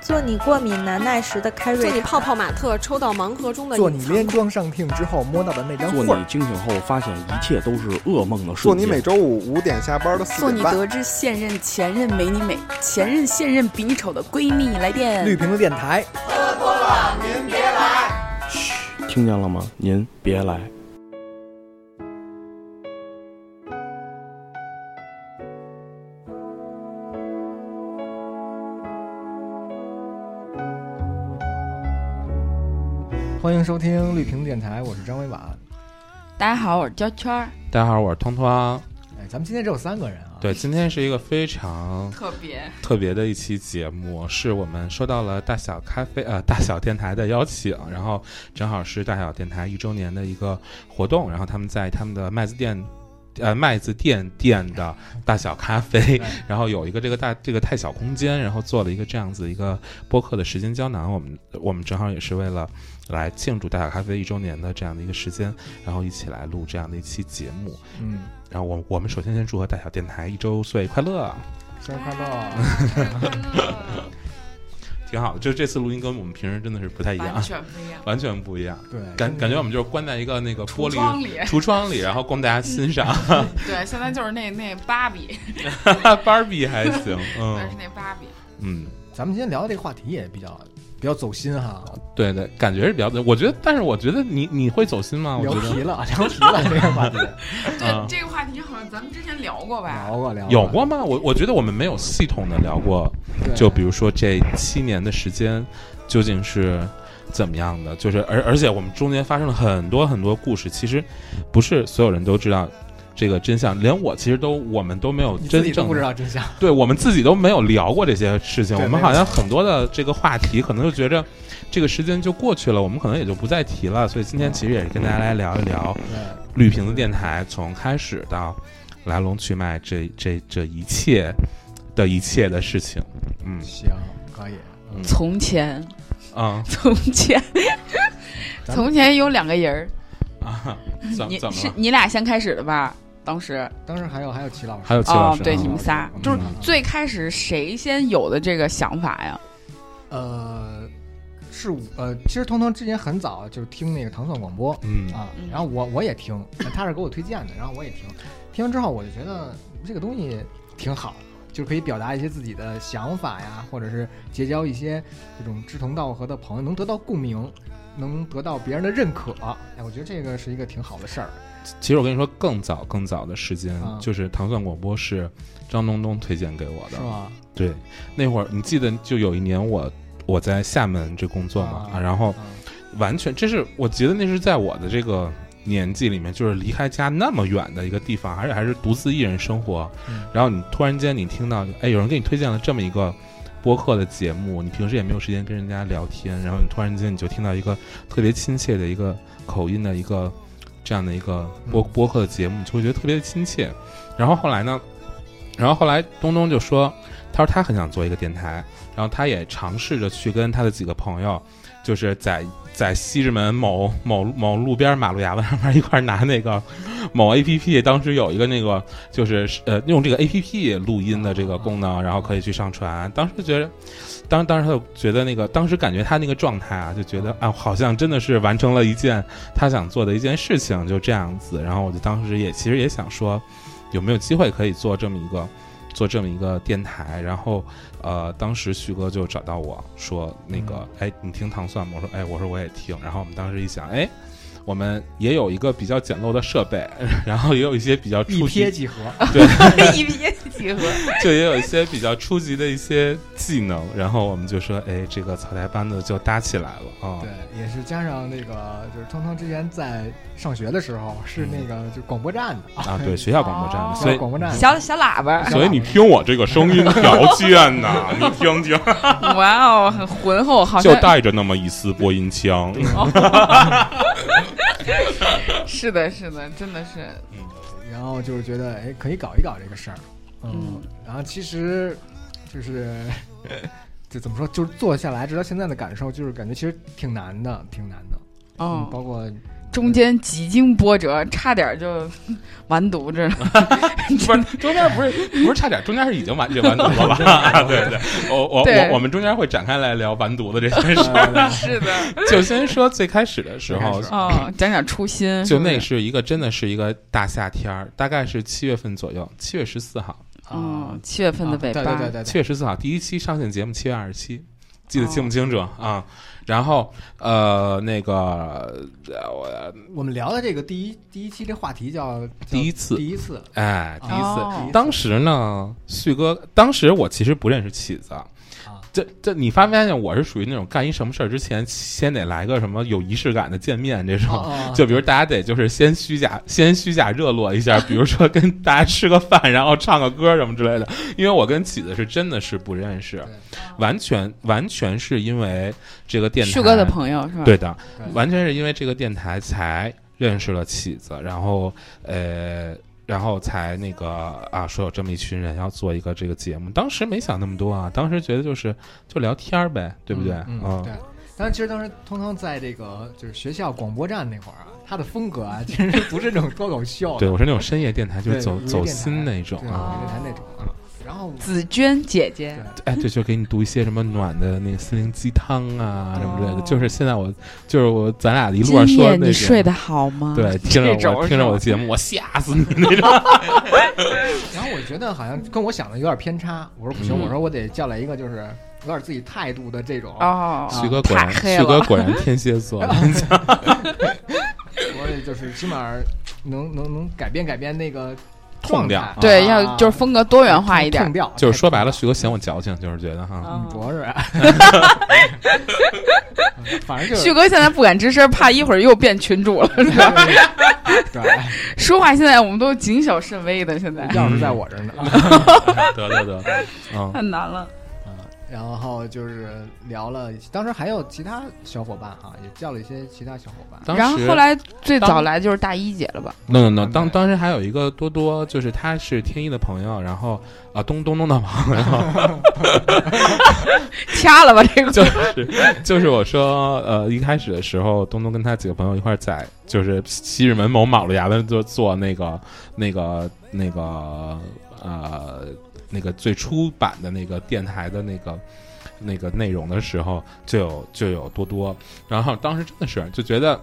做你过敏难耐时的开瑞祝塔，你泡泡玛特抽到盲盒中的做隐你藏连装上听之后摸到的那张做画你儿，惊醒后发现一切都是噩梦的做瞬你间。每周五五点下班的四做点你半，得知现任、前任没你美，前任、现任比你丑的闺蜜来电。绿屏的电台。听见了吗？您别来。欢迎收听绿屏电台，我是张伟婉。大家好，我是焦圈儿，大家好，我是通通。哎，咱们今天只有三个人啊。对，今天是一个非常特 别特别的一期节目，是我们收到了大小咖啡呃大小电台的邀请，然后正好是大小电台一周年的一个活动，然后他们在他们的麦子店。呃，麦子店店的大小咖啡，然后有一个这个大这个太小空间，然后做了一个这样子一个播客的时间胶囊。我们我们正好也是为了来庆祝大小咖啡一周年的这样的一个时间，然后一起来录这样的一期节目。嗯，然后我我们首先先祝贺大小电台一周岁快乐，啊生日快乐！哎挺好的。就这次录音跟我们平时真的是不太一样，完全不一样。不一样。对，感真的感觉我们就是关在一个那个玻璃里，橱窗里，然后供大家欣 赏。对，现在就是那那芭比，芭比还行，嗯那芭比。嗯，咱们今天聊的这个话题也比较比较走心哈，对对，感觉是比较，我觉得，但是我觉得你你会走心吗？我聊觉题得了，聊题了这个话 题，啊这个话题好像咱们之前聊过吧？聊过聊有过吗？我我觉得我们没有系统的聊过对就比如说这七年的时间究竟是怎么样的？就是而而且我们中间发生了很多很多故事，其实不是所有人都知道这个真相，连我其实都我们都没有你自真己都正不知道 真相。对我们自己都没有聊过这些事情。对我们好像很多的这个话题，可能就觉着这个时间就过去了，我们可能也就不再提了。所以今天其实也是跟大家来聊一聊对，绿瓶子电台从开始到来龙去脉这这这一切的一切的事情。嗯行，可以。嗯从前， 啊。从前，咱们从前有两个人儿，啊，怎你么怎么是了？你俩先开始的吧？当时当时还有还有齐老师，还有齐老哦师、，对，啊你们仨嗯就是最开始谁先有的这个想法呀？呃，是我呃，其实彤彤之前很早就听那个糖蒜广播嗯啊嗯，然后我我也听，他是给我推荐的，然后我也听，听完之后我就觉得这个东西挺好，就是可以表达一些自己的想法呀，或者是结交一些这种志同道合的朋友，能得到共鸣，能得到别人的认可，哎，我觉得这个是一个挺好的事儿。其实我跟你说，更早更早的时间，嗯啊就是糖蒜广播是张东东推荐给我是嗯的。吗？对，那会儿你记得，就有一年我我在厦门这工作嘛，啊啊然后嗯，完全这是我觉得那是在我的这个。年纪里面，就是离开家那么远的一个地方，而且还是独自一人生活，嗯然后你突然间你听到，哎，有人给你推荐了这么一个播客的节目，你平时也没有时间跟人家聊天，然后你突然间你就听到一个特别亲切的一个口音的一个这样的一个播、嗯播客的节目，你就会觉得特别亲切。然后后来呢，然后后来东东就说，他说他很想做一个电台，然后他也尝试着去跟他的几个朋友，就是在在西直门某某某路边马路牙子上面一块儿拿那个某 A P P，当时有一个那个就是呃用这个 A P P 录音的这个功能，然后可以去上传。当时就觉得，当当时他就觉得那个，当时感觉他那个状态啊，就觉得啊，好像真的是完成了一件他想做的一件事情，就这样子。然后我就当时也其实也想说，有没有机会可以做这么一个。做这么一个电台，然后，呃，当时旭哥就找到我说，那个，哎，你听糖蒜吗？我说，哎，我说我也听。然后我们当时一想，哎，我们也有一个比较简陋的设 备，然后也有一些比较一初级瞥 即合， 一比一集合，就也有一些比较初级的一些技能，然后我们就说，哎，这个草台班子就搭起来了啊。对，也是加上那个，就是通通之前在上学的时候是那个就广播站的嗯啊，对，学校广播站的，哦所以广播站小小喇叭，所以你听我这个声音 条件呐、你 听听， 哇哦，很浑厚，好就像带着那么一丝播音腔。是的，是的，真的是，然后就是觉得哎，可以搞一搞这个事儿，嗯，嗯然后其实就是 就怎么说，就是做下来，直到现在的感受就是感觉其实挺难的，挺难的，嗯，哦，包括中间几经波折，差点就 完犊子了。 不是中间不是不是差点，中间是已经完已经完犊子 了吧？对对，我我对我我们中间会展开来聊完犊子这件 事。是的，就先说最开始的时候最开，始 哦，讲讲初心。就是不那是是一个真的是一个大夏天儿，大概是七月份左右，七月十四号，嗯，七月份啊的尾巴，啊对对对对七对，月十四号第一期上线节目七月二十七，记得清不清楚啊？然后呃那个呃我我们聊的这个第一第一期这话题叫叫第一次第一次，啊哎第一次哦当时呢，旭哥，当时我其实不认识起子。这这，你发没发现我是属于那种干一什么事儿之前，先得来个什么有仪式感的见面这哦种。啊就比如大家得就是先虚假先虚假热络一下，比如说跟大家吃个饭，然后唱个歌什么之类的。因为我跟起子是真的是不认识，完全完全是因为这个电台。旭哥的朋友是吧？对的对，完全是因为这个电台才认识了起子，然后呃，然后才那个啊，说有这么一群人要做一个这个节目。当时没想那么多啊，当时觉得就是就聊天儿呗，对不对？嗯，嗯对。当然，其实当时通通在这个就是学校广播站那会儿啊，他的风格啊，其实不是那种脱口秀的，对我是那种深夜电台，就是对走娱乐走电台心那种对，啊。电台那种啊。然后紫娟姐姐对哎，对，就给你读一些什么暖的那个心灵鸡汤啊，什么之类的。哦就是现在我就是我咱俩一路上今说夜的那你睡得种。好吗？对，听这着种我是听着吧哦我的节目，我吓死你那种。然后我觉得好像跟我想的有点偏差，我说不行，嗯我说我得叫来一个就是有点自己态度的这种，啊哦，旭哥果然，太黑旭哥了哦果然天蝎座。我也就是起码能能能改变改变那个痛掉状态对，啊要就是风格多元化一点痛。掉，就是说白了，徐哥嫌我矫情，就是觉得哦哈，嗯，博士 啊，反正就是旭哥现在不敢吱声，怕一会儿又变群主了。 对，说话现在我们都谨小慎微的，现在 钥匙在我这儿嗯呢。哎得得得，嗯，太难了。 然后就是聊了，当时还有其他小伙伴哈，也叫了一些其他小伙伴。当然后时后来最早当来就是大一姐了吧？ ，no no no，当当时还有一个多多，就是他是天一的朋友，然后啊东东东的朋友，掐了吧这个。 就是就是我说呃一开始的时候，东东跟他几个朋友一块儿在就是西直门某马路牙子就做那个那个那个呃那个最初版的那个电台的那个那个内容的时候，就有就有多多，然后当时真的是就觉得。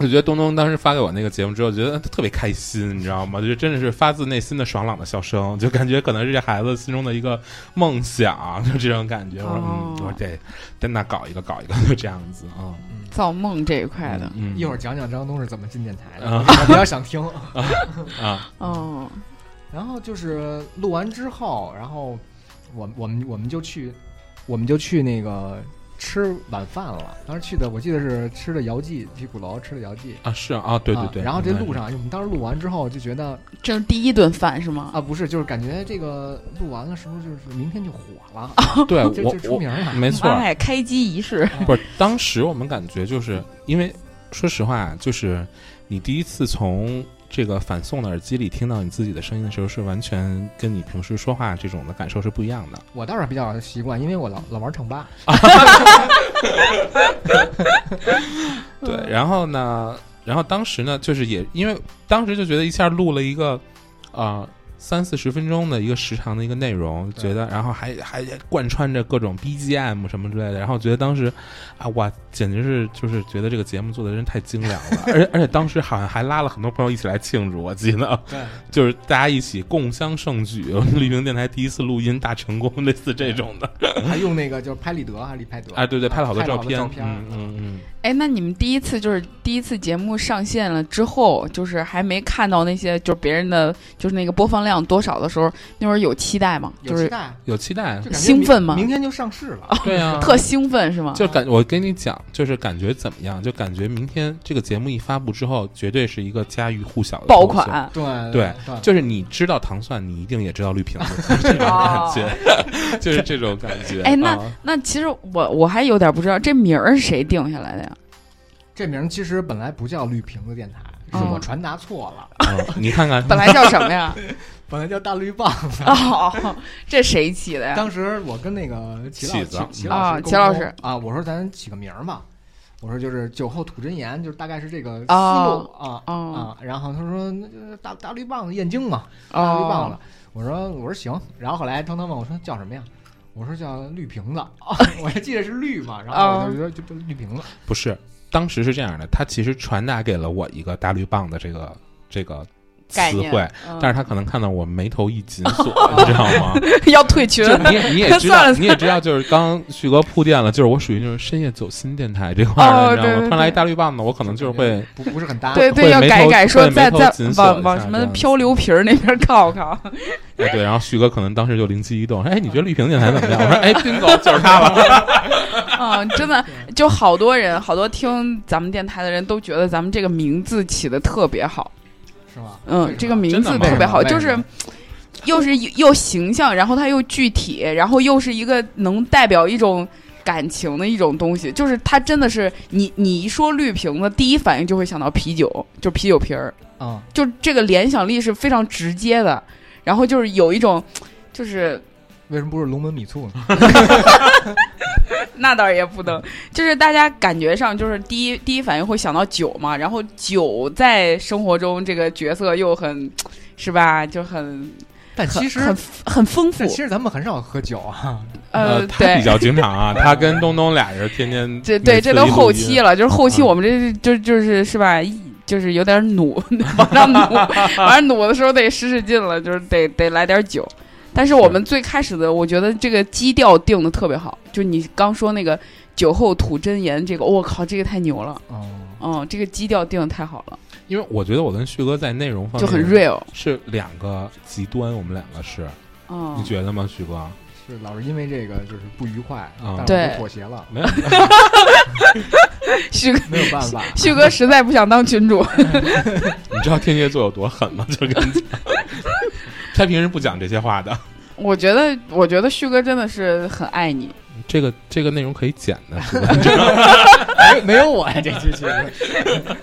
我觉得东东当时发给我那个节目之后，觉得特别开心，你知道吗？就真的是发自内心的爽朗的笑声，就感觉可能是这孩子心中的一个梦想，就这种感觉。我说，嗯哦，我说得真的搞一个，搞一个，就这样子啊。造梦这一块的，嗯，一会儿讲讲张东是怎么进电台的，啊我比较想听。啊，哦，然后就是录完之后，然后我我们我们就去，我们就去那个吃晚饭了。当时去的我记得是吃的姚记去鼓楼吃的姚记。啊是啊，对对对。啊然后这应该路是上，我们当时录完之后就觉得这是第一顿饭是吗？啊，不是，就是感觉这个录完了是不是就是明天就火了， 对就我就出我名了？没错，哎，开机仪式， 不是，当时我们感觉就是因为，说实话，就是你第一次从这个反送的耳机里听到你自己的声音的时候，是完全跟你平时说话这种的感受是不一样的。我倒是比较习惯，因为我老老玩唱吧， 对，然后呢，然后当时呢，就是也因为当时就觉得一下录了一个，啊、三四十分钟的一个时长的一个内容，对觉得，然后还还贯穿着各种 BGM 什么之类的，然后觉得当时，啊，哇，简直是就是觉得这个节目做的真是太精良了，而且而且当时好像还拉了很多朋友一起来庆祝，我记得，对，就是大家一起共襄盛举， 丽萍电台第一次录音大成功，类似这种的，还用那个就是拍立得还是李拍得啊，嗯对对，拍了好多拍了好多片照，片嗯嗯 嗯，哎，那你们第一次就是第一次节目上线了之后，就是还没看到那些就是别人的就是那个播放量多少的时候，那会儿有期待吗？有哎就期是待，有期待就，感觉兴奋吗明明天就上市了，对啊， 特兴奋是吗？就感我跟你讲，就是感觉怎么样？就感觉明天这个节目一发布之后，绝对是一个家喻户晓的爆东西。款，对对对，就是你知道糖蒜，你一定也知道绿瓶子，就是这种感觉， 就是这种感觉。哦 哎那啊那其实我我还有点不知道这名儿是谁定下来的呀？这名儿其实本来不叫绿瓶子电台，是哦我传达错了，嗯你看看， 本来叫什么 呀？本来叫大绿棒子。哦，这谁起的呀？当时我跟那个齐老起子齐嗯老啊师沟通齐老师啊，我说咱起个名儿嘛，我说就是酒后吐真言，就是大概是这个思路哦啊哦啊。然后他说那就是大大绿棒子燕京嘛，大绿棒子哦，。我说我说行。然后后来腾腾问我说叫什么呀？我说叫绿瓶子， 哦、我还记得是绿嘛，然后哦我就说就就绿瓶子。不是，当时是这样的，他其实传达给了我一个大绿棒的这个这个概词念汇，嗯 但是他可能看到我眉头一紧锁，你知道吗？要退群就你也你也知算道，了你也知道，就是刚旭哥铺垫了，就是我属于那种深夜走心电台这块儿的，哦你知道对吗？对突然来一对大绿棒子，我可能就是会不不是很搭。对对，要眉改一头改，说会眉再头再紧锁往一往下什这么样子漂流瓶儿那边靠靠。 哎对，然后旭哥可能当时就灵机一动，哎，你觉得绿屏电台怎么样？我说哎，bingo，就是他了。嗯，真的，就好多人，好多听咱们电台的人都觉得咱们这个名字起的特别好，是吗？为什嗯么，这个名字真的吗特别好，为什就么是又是又形象，然后它又具体，然后又是一个能代表一种感情的一种东西，就是它真的是你你一说绿瓶子，第一反应就会想到啤酒，就啤酒瓶儿，嗯，就这个联想力是非常直接的，然后就是有一种就是。为什么不是龙门米醋呢？那倒也不能，就是大家感觉上就是第一第一反应会想到酒嘛，然后酒在生活中这个角色又很，是吧？就很但很其实很很丰富但，其实咱们很少喝酒啊。呃，他比对。较经常啊，他跟东东俩人天天这对这都后期了，了，就是后期嗯我们这就就是是吧，一就是有点努， 往上努，往上努的时候得使使劲了，就是得得来点酒。但是我们最开始的，我觉得这个基调定的特别好，就你刚说那个酒后吐真言，这个我、靠，这个太牛了。嗯，嗯，这个基调定的太好了，因为我觉得我跟旭哥在内容方面就很 real。是两个极端，我们两个是，你嗯，觉得吗，旭哥？ 是老是因为这个就是不愉快，啊嗯但是我对就妥协了，没有， 旭哥，没有办法。旭哥实在不想当群主。 你知道天蝎座有多狠吗？就是跟你讲，他平时不讲这些话的。我觉得，我觉得旭哥真的是很爱你。这个这个内容可以剪 的，是吧？没没有我呀，这这这，嗯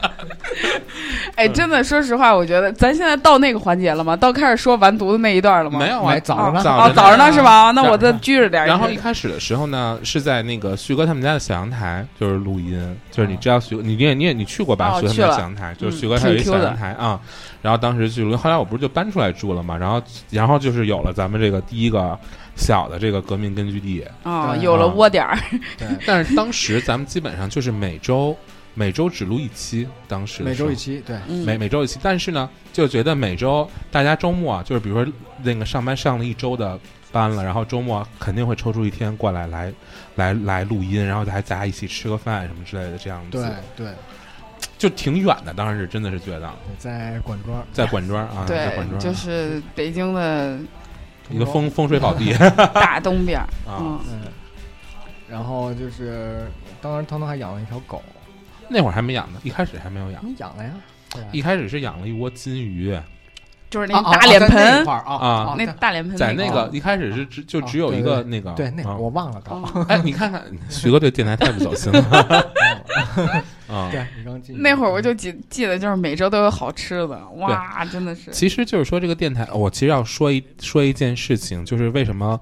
哎，真的，说实话，我觉得咱现在到那个环节了吗？到开始说完犊子那一段了吗？没有啊没，早上呢早哦，早上呢是？吧？啊那早我上再拘着点儿。 然后一开始的时候呢，是在那个旭哥他们家的小阳台，就是录音，就是你知道旭，你你也你也你去过吧？哦旭哥他们去家了小阳台，就嗯是旭哥他有一挺小 Q 的阳台啊。然后当时去录音，后来我不是就搬出来住了嘛，然后然后就是有了咱们这个第一个小的这个革命根据地。啊，对有了啊窝点儿，对，但是当时咱们基本上就是每周每周只录一期，当时的每周时候一期，对，嗯每每周一期，但是呢，就觉得每周大家周末啊就是比如说那个上班上了一周的班了，然后周末肯定会抽出一天过来来来来录音，然后还大家一起吃个饭什么之类的，这样子对对，就挺远的。当时真的是觉得在管庄在管庄啊，在对管，庄、就是北京的一个风风水宝 地大东边儿。啊。嗯，嗯，然后就是当时腾腾还养了一条狗，那会儿还没养呢，一开始还没有养，你养了呀？对啊一开始是养了一窝金嗯鱼，就是那啊个啊大啊脸在那一盆，块儿啊啊啊那在大脸盆在那那个个一开始是只就只有啊一个那个哦对那个 啊我忘了刚，哦哎，你看看徐哥对电台太不走心了 啊！对你刚进那会儿我就记记得，就是每周都有好吃的，哇，真的是其实就是说这个电台，哦我其实要说一说一件事情，就是为什么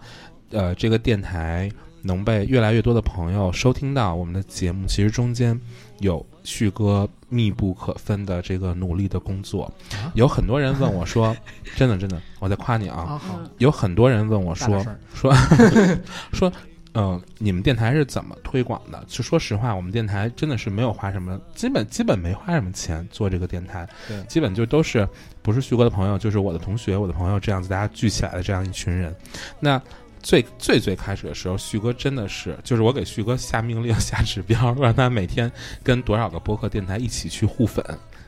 呃这个电台能被越来越多的朋友收听到我们的节目，其实中间有旭哥密不可分的这个努力的工作啊。有很多人问我说， 真的真的，我在夸你啊！啊好嗯有很多人问我大点声说儿说说。嗯，你们电台是怎么推广的？就说实话，我们电台真的是没有花什么，基本基本没花什么钱做这个电台，对基本就都是不是旭哥的朋友，就是我的同学、我的朋友这样子，大家聚起来的这样一群人。那最最最开始的时候，旭哥真的是，就是我给旭哥下命令、 下指标，让他每天跟多少个播客电台一起去互粉，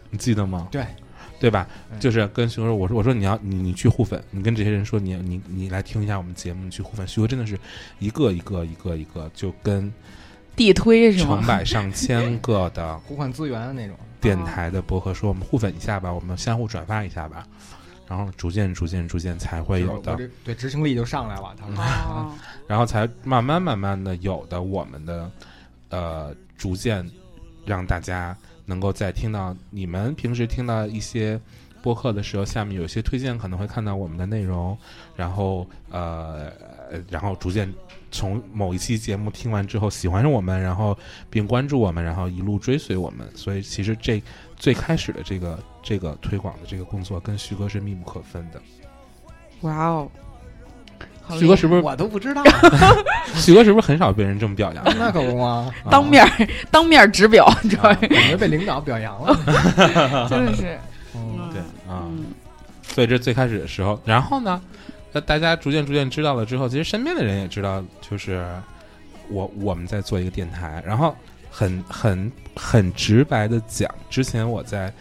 你记得吗？对，对吧？嗯就是跟徐哥说，我说我说你要你你去互粉，你跟这些人说你你你来听一下我们节目，你去互粉。徐哥真的是一个一个一个一个，就跟地推是成吗？百上千个的互换资源的那种，电台的博客说，我们互粉一下吧，我们相互转发一下吧，然后逐渐逐渐逐渐才会就是有我的，这对执行力就上来了，当时哦，然后才慢慢慢慢的有的我们的呃逐渐让大家能够在听到你们平时听到一些播客的时候，下面有一些推荐可能会看到我们的内容，然后呃呃然后逐渐从某一期节目听完之后喜欢上我们，然后并关注我们，然后一路追随我们。所以其实这最开始的这个这个推广的这个工作跟旭哥是密不可分的。哇哦，好旭哥是厉不是我都不知道，旭哥是不是很少被人这么表扬？那可不 吗？害当面儿当面儿指表，你知道啊吗？啊感觉被领导表扬 了。真的是，嗯，对啊，嗯，所以这最开始的时候，然后呢，那大家逐渐逐渐知道了之后，其实身边的人也知道，就是我我们在做一个电台，然后很很很直白的讲，之前我在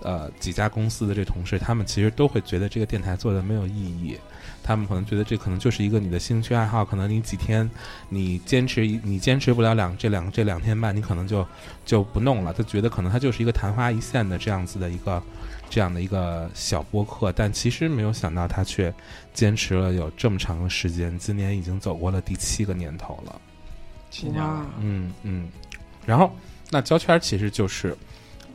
呃几家公司的这同事，他们其实都会觉得这个电台做的没有意义。他们可能觉得这可能就是一个你的兴趣爱好，可能你几天你坚持一你坚持不了两这两这两天半，你可能就就不弄了。他觉得可能它就是一个昙花一现的这样子的一个这样的一个小播客，但其实没有想到他却坚持了有这么长的时间，今年已经走过了第七个年头了。七年哇了，，嗯嗯，然后那胶圈其实就是，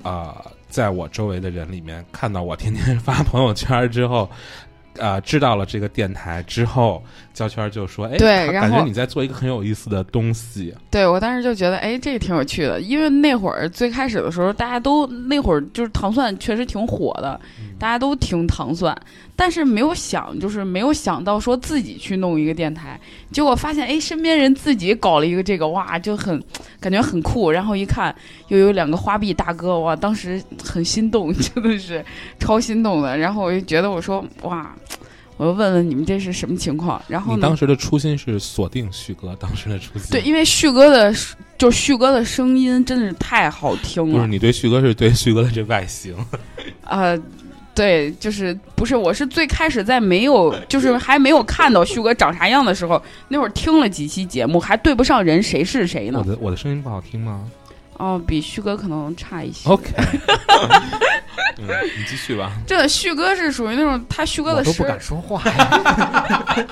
呃，在我周围的人里面看到我天天发朋友圈之后， 呃，知道了这个电台之后，胶圈就说：“哎，对他然感觉后你在做一个很有意思的东西。对我当时就觉得，哎，这个挺有趣的，因为那会儿最开始的时候，大家都那会儿就是糖蒜确实挺火的，嗯大家都听糖蒜，但是没有想，就是没有想到说自己去弄一个电台，结果发现，哎，身边人自己搞了一个这个，哇，就很感觉很酷，然后一看又有两个花臂大哥，哇，当时很心动， 真的是超心动的，然后我就觉得，我说，哇，我就问问你们这是什么情况，然后你呢当？时的初心是锁定旭哥当时的初心，对，因为旭哥的，就旭哥的声音真的是太好听不是了，你对旭哥是对旭哥的这外形，呃，对，就是不是，我是最开始在没有，就是还没有看到旭哥长啥样的时候，那会儿听了几期节目，还对不上人谁是谁我呢，的我的声音不好听吗哦，比旭哥可能差一哦些。 ？OK，嗯，你继续吧。真的，旭哥是属于那种他旭哥我的都声不敢说话哎呀。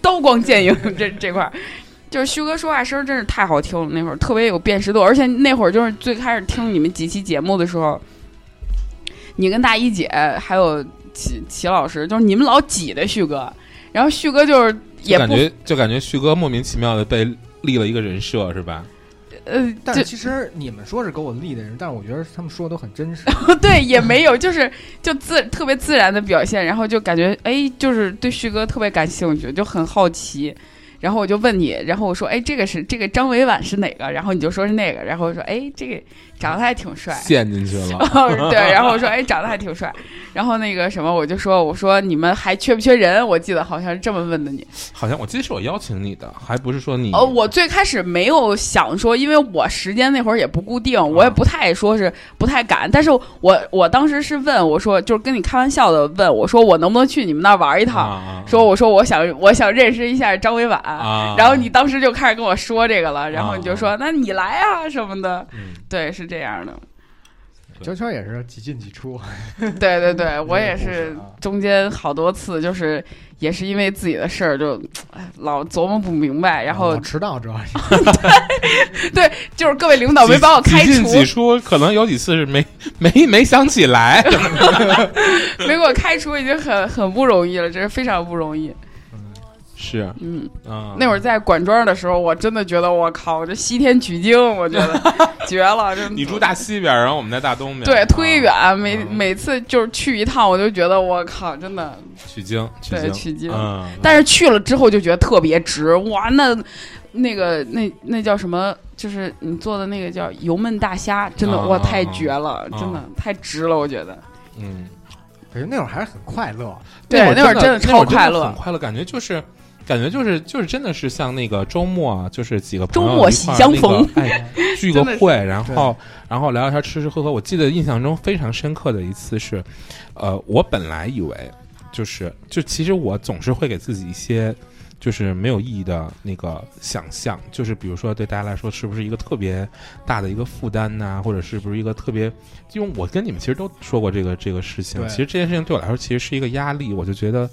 刀光剑影这这块儿。就是旭哥说话声儿真是太好听了，那会儿特别有辨识度，而且那会儿就是最开始听你们几期节目的时候，你跟大一姐还有齐齐老师，就是你们老挤的旭哥，然后旭哥就是就也感不觉就感觉旭哥莫名其妙的被立了一个人设是吧？呃，但就是其实你们说是给我立的人，但是我觉得他们说的都很真 实。对，也没有，就是就自特别自然的表现，然后就感觉哎，就是对旭哥特别感兴趣，就很好奇。然后我就问你，然后我说，哎，这个是这个张伟婉是哪个？然后你就说是那个，然后我说，哎，这个长得还挺帅， 陷进去了。对，然后我说，哎，长得还挺帅。然后那个什么，我就说，我说你们还缺不缺人？我记得好像是这么问的你。 好像我记得是我邀请你的，还不是说你哦，我最开始没有想说，因为我时间那会儿也不固定，我啊也不太说是不太敢。但是我我当时是问我说，就是跟你开玩笑的问我说，我能不能去你们那儿玩一啊趟？啊说我说我想我想认识一下张伟婉。啊，然后你当时就开始跟我说这个了，然后你就说：“啊那你来啊什么的。嗯”对，是这样的。焦圈也是几进几出，对对对，我也故事是啊中间好多次，就是也是因为自己的事儿，就哎老琢磨不明白，然后啊老迟到主要是。就是各位领导没把我开几进除，几出，可能有几次是没没没想起来。 没给我开除已经很很不容易了，这是非常不容易。嗯是啊，嗯，那那会儿在管庄的时候，我真的觉得我靠，我这西天取经，我觉 得绝了。这你住大西边，然后我们在大东边，对忒啊远，每嗯每次就是去一趟，我就觉得我靠，真的啊取经，取对经，取经。嗯，但是去了之后就觉得特别值，哇，那那个那那叫什么？就是你做的那个叫油焖大虾，真的啊哇，啊太啊绝了，真的啊太值了，我觉得。嗯，感觉那会儿还是很快乐，对，那那会会儿儿真的那会超儿真的快乐很，快乐，感觉就是。感觉就是就是真的是像那个周末啊，就是几个周朋友末一喜块儿相那个逢哎，聚个真的是会，然后然后聊聊天，吃吃喝喝。我记得印象中非常深刻的一次是，呃，我本来以为就是就其实我总是会给自己一些就是没有意义的那个想象，就是比如说对大家来说是不是一个特别大的一个负担呐、或者是不是一个特别，因为我跟你们其实都说过这个这个事情，对其实这件事情对我来说其实是一个压力，我就觉得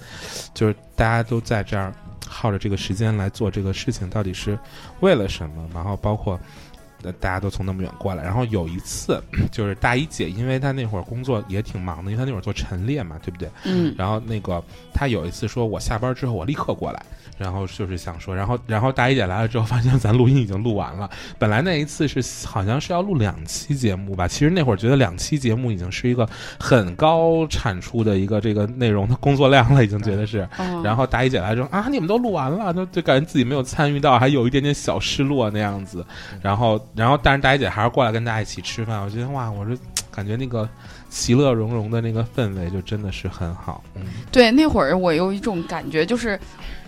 就是大家都在这儿耗着这个时间来做这个事情，到底是为了什么？然后包括呃大家都从那么远过来。然后有一次，就是大一姐，因为她那会儿工作也挺忙的，因为她那会儿做陈列嘛，对不对？嗯，然后那个她有一次说，我下班之后我立刻过来，然后就是想说，然后然后大一姐来了之后，发现咱录音已经录完了。本来那一次是好像是要录两期节目吧，其实那会儿觉得两期节目已经是一个很高产出的一个这个内容的工作量了，已经觉得是。哦然后大一姐来之后啊，你们都录完了，就就感觉自己没有参与到，还有一点点小失落那样子。嗯然后，然后但是大一姐还是过来跟大家一起吃饭，我觉得哇，我这感觉那个其乐融融的那个氛围就真的是很好。嗯，对那会儿我有一种感觉，就是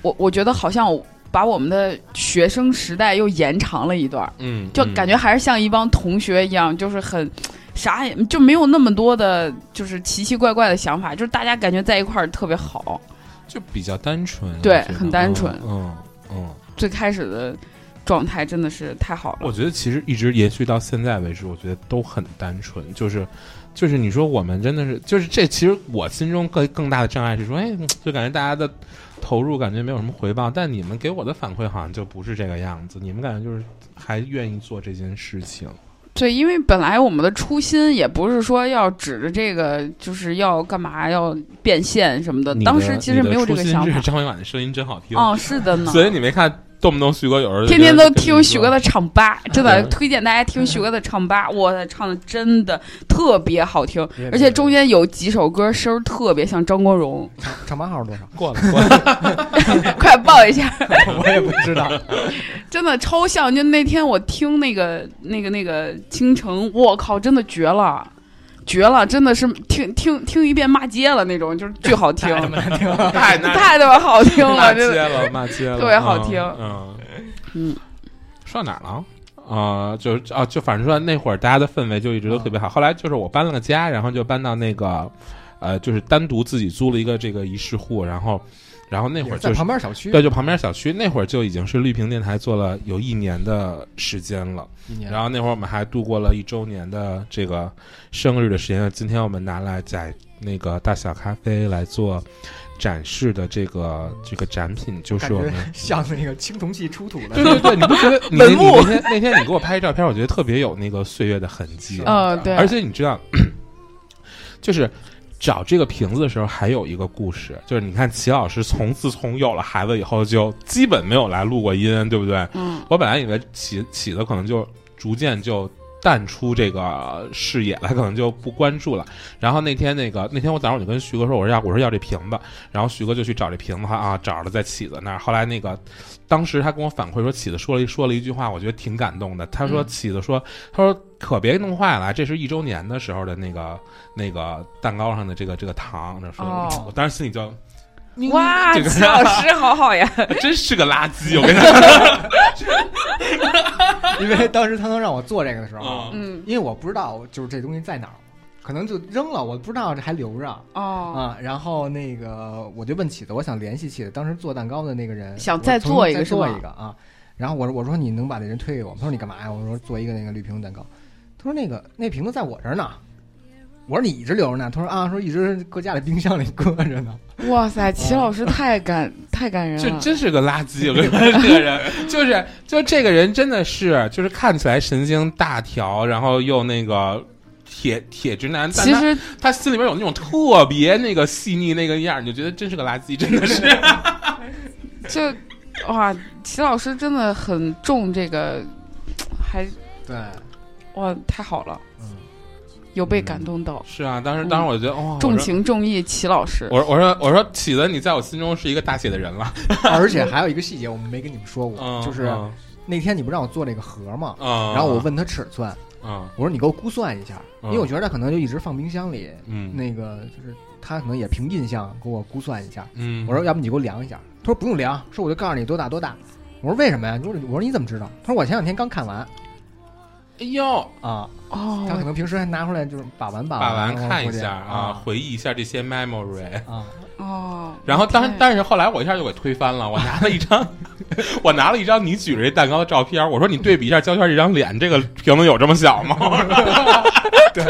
我我觉得好像我把我们的学生时代又延长了一段儿，嗯就感觉还是像一帮同学一样，就是很。啥也就没有那么多的，就是奇奇怪怪的想法，就是大家感觉在一块儿特别好。就比较单纯，对我觉得很单纯嗯嗯嗯最开始的状态真的是太好了。我觉得其实一直延续到现在为止，我觉得都很单纯，就是。就是你说我们真的是，就是这其实我心中更更大的障碍是说，哎，就感觉大家的投入感觉没有什么回报，但你们给我的反馈好像就不是这个样子，你们感觉就是还愿意做这件事情，对，因为本来我们的初心也不是说要指着这个，就是要干嘛要变现什么的。你的呃当时其实没有这个想你的初心是法。张伟婉的声音真好听，哦，是的呢。所以你没看动不动徐哥有时候就天天都跟你听说许哥的唱吧，真的对推荐大家听许哥的唱吧，我的唱的真的特别好听，而且中于间有几首歌声儿特别像张国荣， 唱班号是多少？ 过了过了，快报一下，我也不知道。真的超像。就那天我听那个那个那个倾城，我靠，真的绝了。绝了，真的是听听听一遍骂街了那种，就是巨好听， 太难太他妈好听骂了，街真的。了，骂街了，特别好听嗯嗯，说到哪儿了？啊、就是啊，就反正说那会儿大家的氛围就一直都嗯特别好。后来就是我搬了个家，然后就搬到那个，呃，就是单独自己租了一个这个一室户，然后，然后 那会也儿是在就是旁边小区，对，就旁边小区那会儿就已经是绿屏电台做了有一年的时间了。一年然后那会儿我们还度过了一周年的这个生日的时间。今天我们拿来在那个大小咖啡来做展示的这个这个展品，就是我感们觉。像那个青铜器出土的。对 对对，你不觉得你文你物那天那天你给我拍照片，我觉得特别有那个岁月的痕迹。嗯，对，而且你知道， 就是找这个瓶子的时候，还有一个故事，就是你看齐老师从自从有了孩子以后，就基本没有来录过音，对不对？嗯，我本来以为起起的可能就逐渐就淡出这个视野了，可能就不关注了。然后那天那个那天我早上我就跟徐哥说，我说要我说要这瓶子，然后徐哥就去找这瓶子他啊，找了在起子那儿。后来那个当时他跟我反馈说，起子说了一说了一句话，我觉得挺感动的。他说嗯起子说，他说可别弄坏了，这是一周年的时候的那个那个蛋糕上的这个这个糖。那说，哦我当时心里就哇，这个齐老师好好 呀，真是个垃圾，我跟你讲， 因为当时他能让我做这个的时候，嗯嗯，因为我不知道就是这东西在哪儿，可能就扔了，我不知道这还留着。哦，啊，然后那个我就问起子，我想联系起子，当时做蛋糕的那个人，想我再重新做一个再是做吧一个啊。然后我说我说你能把那人推给我吗？他说你干嘛呀？我说做一个那个绿瓶子蛋糕。他说那个那瓶子在我这儿呢。我说你一直留着呢。他说啊，说一直搁家里冰箱里搁着呢。哇塞，齐嗯老师太感太感人就了，真是个垃圾，我跟你说，这个人就是，就这个人真的是，就是看起来神经大条，然后又那个铁铁直男，但其他实他心里边有那种特别那个细腻那个样儿，你就觉得真是个垃圾，真的是。 就哇，齐老师真的很重这个，还对，哇太好了，嗯，有被感动到，是啊，当时当时我觉得，哇、重我说情重义，齐老师，我说我说我说启子，你在我心中是一个大写的人了，而且还有一个细节我们没跟你们说过，嗯，就是嗯，那天你不让我做这个盒吗？嗯然后我，问他尺寸，嗯我说你给我估算一下，因为我嗯觉得他可能就一直放冰箱里，嗯那个就是他可能也凭印象给我估算一下。嗯，我说要不你给我量一下，他说不用量，说我就告诉你多大多大。我说为什么呀？你说我说你怎么知道？他说我前两天刚看完哎呦，啊，哦，他可能平时还拿出来就是把玩把把玩完然后看回一去下啊，啊回忆一下这些 memory。啊，哦，然后当对但是后来我一下就给推翻了，我拿了一张， 我拿了一张你举着这蛋糕的照片，我说你对比一下焦圈这张脸，这 个瓶子有这么小吗？对。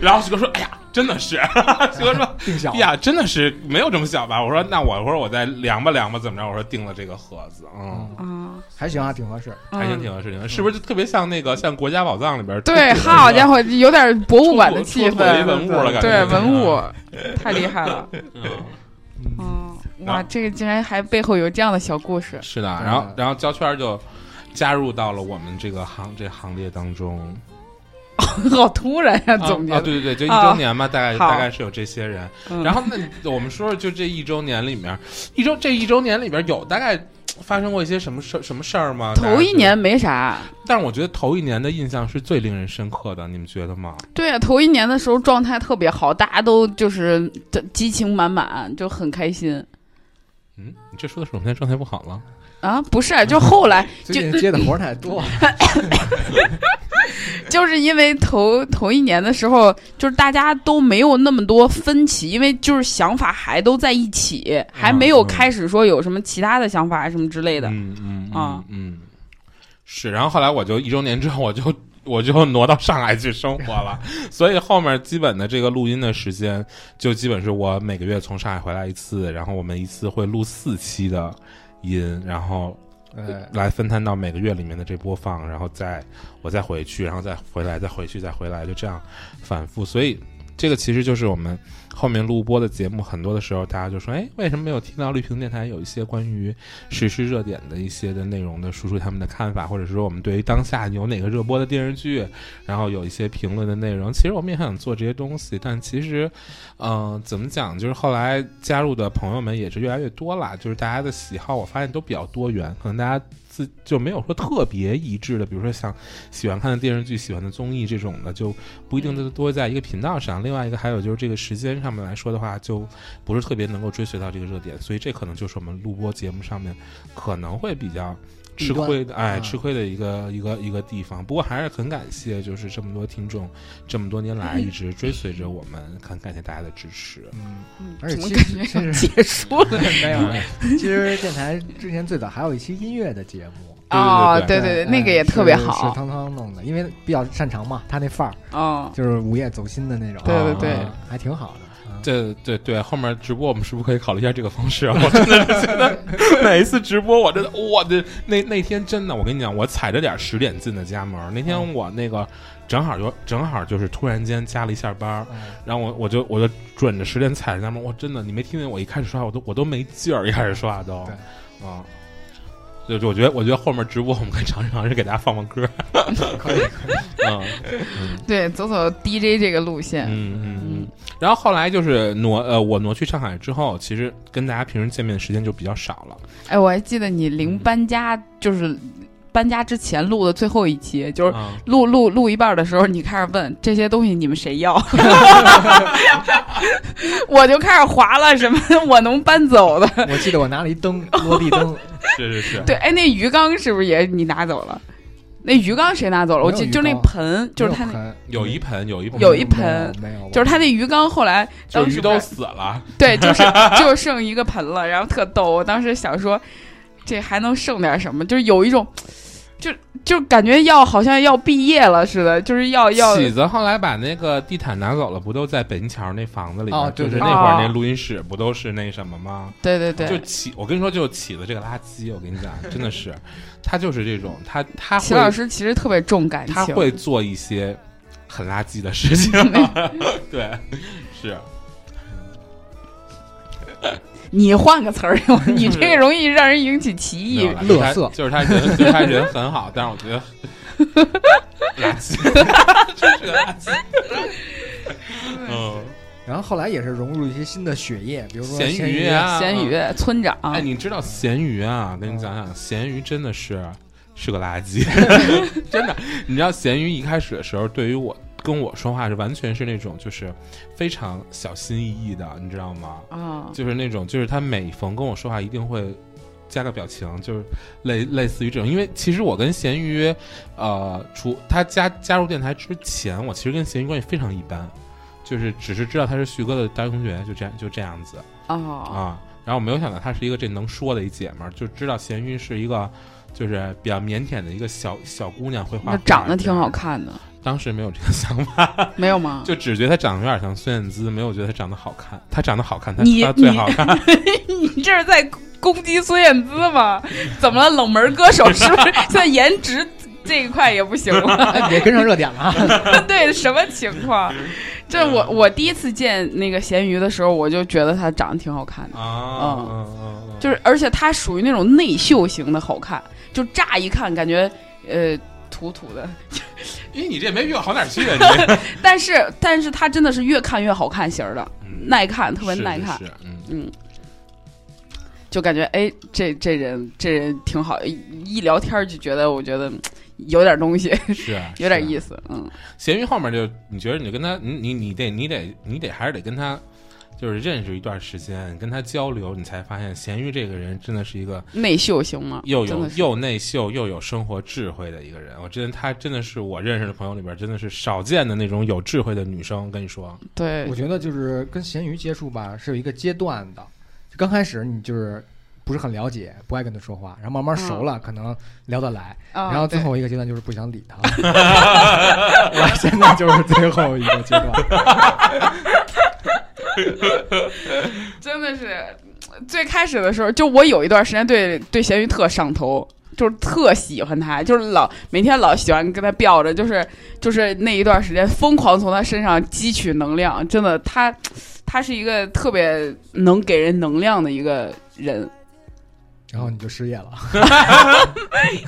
然后徐哥说：“哎呀，真的是， 徐哥说哎定小呀，真的是没有这么小吧？我说那我我说我再量吧量吧，怎么着？我说定了这个盒子，嗯，嗯，啊，还行啊，挺合适。还行，挺合适，挺合适，是不是就特别像那个像国家宝藏里边儿对，出土的好家伙，有点博物馆的出土气出土的一文氛，物了，感觉对文物太厉害了，嗯嗯，嗯，哇，这个竟然还背后有这样的小故 事，是的，对然后然后胶圈就加入到了我们这个行这行列当中。好突然呀， 总啊，结啊对对对，就一啊周年嘛，大概好大概是有这些人。嗯然后那我们说说，就这一周年里面，一周这一周年里边有大概发生过一些什么事什么事儿吗？大家头一觉得年，没啥，但是我觉得头一年的印象是最令人深刻的，你们觉得吗？对啊，头一年的时候状态特别好，大家都就是这激情满满，就很开心嗯，你这说的是我们现在状态不好了。啊。不是啊，就后来最近接的活儿太多了，就是因为头头一年的时候，就是大家都没有那么多分歧，因为就是想法还都在一起，还没嗯有开始说有什么其他的想法什么之类的。嗯嗯啊嗯嗯，是。然后后来我就一周年之后，我就 我就挪到上海去生活了， 所以后面基本的这个录音的时间，就基本是我每个月从上海回来一次，然后我们一次会录四期的音，然后呃，来分摊到每个月里面的这播放，然后再我再回去，然后再回来，再回去，再回来，就这样反复。所以这个其实就是我们后面录播的节目，很多的时候大家就说，哎，为什么没有听到绿屏电台有一些关于时事热点的一些的内容的输出他们的看法，或者是说我们对于当下有哪个热播的电视剧，然后有一些评论的内容。其实我们也很想做这些东西，但其实，嗯、怎么讲，就是后来加入的朋友们也是越来越多啦，就是大家的喜好我发现都比较多元，可能大家。自就没有说特别一致的，比如说像喜欢看的电视剧、喜欢的综艺这种的，就不一定都都会在一个频道上。另外一个还有就是这个时间上面来说的话，就不是特别能够追随到这个热点，所以这可能就是我们录播节目上面可能会比较吃亏的，哎，啊吃亏的一个一个一个地方。不过还是很感谢，就是这么多听众这么多年来一直追随着我们，很感谢大家的支持。嗯，嗯而且怎么其感实觉其要实结束 了？没 有没有。其实电台之前最早还有一期音乐的节 目，哦，对对对，哎那个也特别是是好。汤汤弄的，因为比较擅长嘛，他那范儿哦，就是午夜走心的那种，对对啊对啊还挺好的。啊对对对，后面直播我们是不是可以考虑一下这个方式啊？ 我真的是觉得每一次直播，我真的我的那那天真的，我跟你讲，我踩着点十点进的家门儿。那嗯天我那个正好就正好就是突然间加了一下班儿，哎然后我我就我就准着十点踩着家门儿，我真的你没听见我一开始刷，我都我都没劲儿，一开始刷都对，啊。就是我觉得，我觉得后面直播我们可以尝试尝试给大家放放歌，可以，嗯，对，走走 DJ 这个路线，嗯嗯嗯。然后后来就是挪呃，我挪去上海之后，其实跟大家平时见面的时间就比较少了。哎，我还记得你临搬家，就是搬家之前录的最后一期，就是啊录录录一半的时候，你开始问这些东西你们谁 要，我就开始划了什么我能搬走的。我记得我拿了一灯，落地灯，是是是，对，哎，那鱼缸是不是也你拿走了？那鱼缸谁拿走了？我没有记鱼就那缸盆， 就是他那，那有一盆有一盆，有一盆没有，就是他那鱼缸后来就当是时鱼都不是死了，对，就是 就剩一个盆了，然后特逗。我当时想说，这还能剩点什么？就是有一种，就就感觉要好像要毕业了似的，就是要要喜子后来把那个地毯拿走了，不都在北京桥那房子里哦面？对就是对那对会儿哦那录音室不都是那什么吗？对对就对，起，我跟你说，就起子这个垃圾，我跟你讲，真的是，他就是这种，他他齐老会师其实特别重感情，他会做一些很垃圾的事 情，对，是。你换个词儿， 你这个容易让人引起歧没义有。啦乐色就是他就是他人，就是他人很好，但是我觉得 垃圾， 就是个垃圾。嗯，然后后来也是融入一些新的血液，比如说咸鱼鱼 啊， 咸鱼。村长，哎，你知道咸鱼啊？跟你讲讲，咸鱼真的是是个垃圾，真的。你知道咸鱼一开始的时候，对于我跟我说话是完全是那种就是非常小心翼翼的，你知道吗？啊，就是那种，就是他每逢跟我说话一定会加个表情，就是类类似于这种。因为其实我跟咸鱼，呃，除他加加入电台之前，我其实跟咸鱼关系非常一般，就是只是知道他是旭哥的大学同学，就这样就这样子哦，啊。然后我没有想到她是一个这能说的一姐们儿，就知道咸鱼是一个就是比较腼腆的一个小小姑娘，会那画画，长得挺好看的，当时没有这个想法， 没有吗？啊就只觉得他长得有点像孙燕姿，没有觉得他长得好看。他长得好看，他你他最好 看。你这是在攻击孙燕姿 吗？怎么了？冷门歌手是不是现在颜值这一块也不行 了？哎也跟上热点了啊。对，什么情况？嗯这我我第一次见那个咸鱼的时候，我就觉得她长得挺好看的，啊，嗯嗯嗯就是而且她属于那种内秀型的好看，就乍一看感觉呃土土的，因哎为你这没越好哪儿去啊？ 你但是但是她真的是越看越好看型儿的，嗯耐看，特别是耐是看。是 嗯，嗯，就感觉哎，这这人这人挺好，一一聊天儿就觉得我觉得嗯有点东西， 是啊有点意思。思，嗯，咸鱼后面就你觉得你就跟他，你你你得你得你得还是得跟他。就是认识一段时间，跟他交流，你才发现咸鱼这个人真的是一个内秀型吗？又真有的是又内秀又有生活智慧的一个人。我真的，她真的是我认识的朋友里边真的是少见的那种有智慧的女生。我跟你说，对我，觉得就是跟咸鱼接触吧，是有一个阶段的。就刚开始你就是不是很了解，不爱跟他说话，然后慢慢熟嗯了，可能聊得来。啊然后最对后一个阶段就是不想理他。我现在就是最后一个阶段，真的是最开始的时候，就我有一段时间对对咸鱼特上头。就是特喜欢他，就是老每天老喜欢跟他吊着，就是就是那一段时间疯狂从他身上汲取能量，真的，他他是一个特别能给人能量的一个人，然后你就失业了。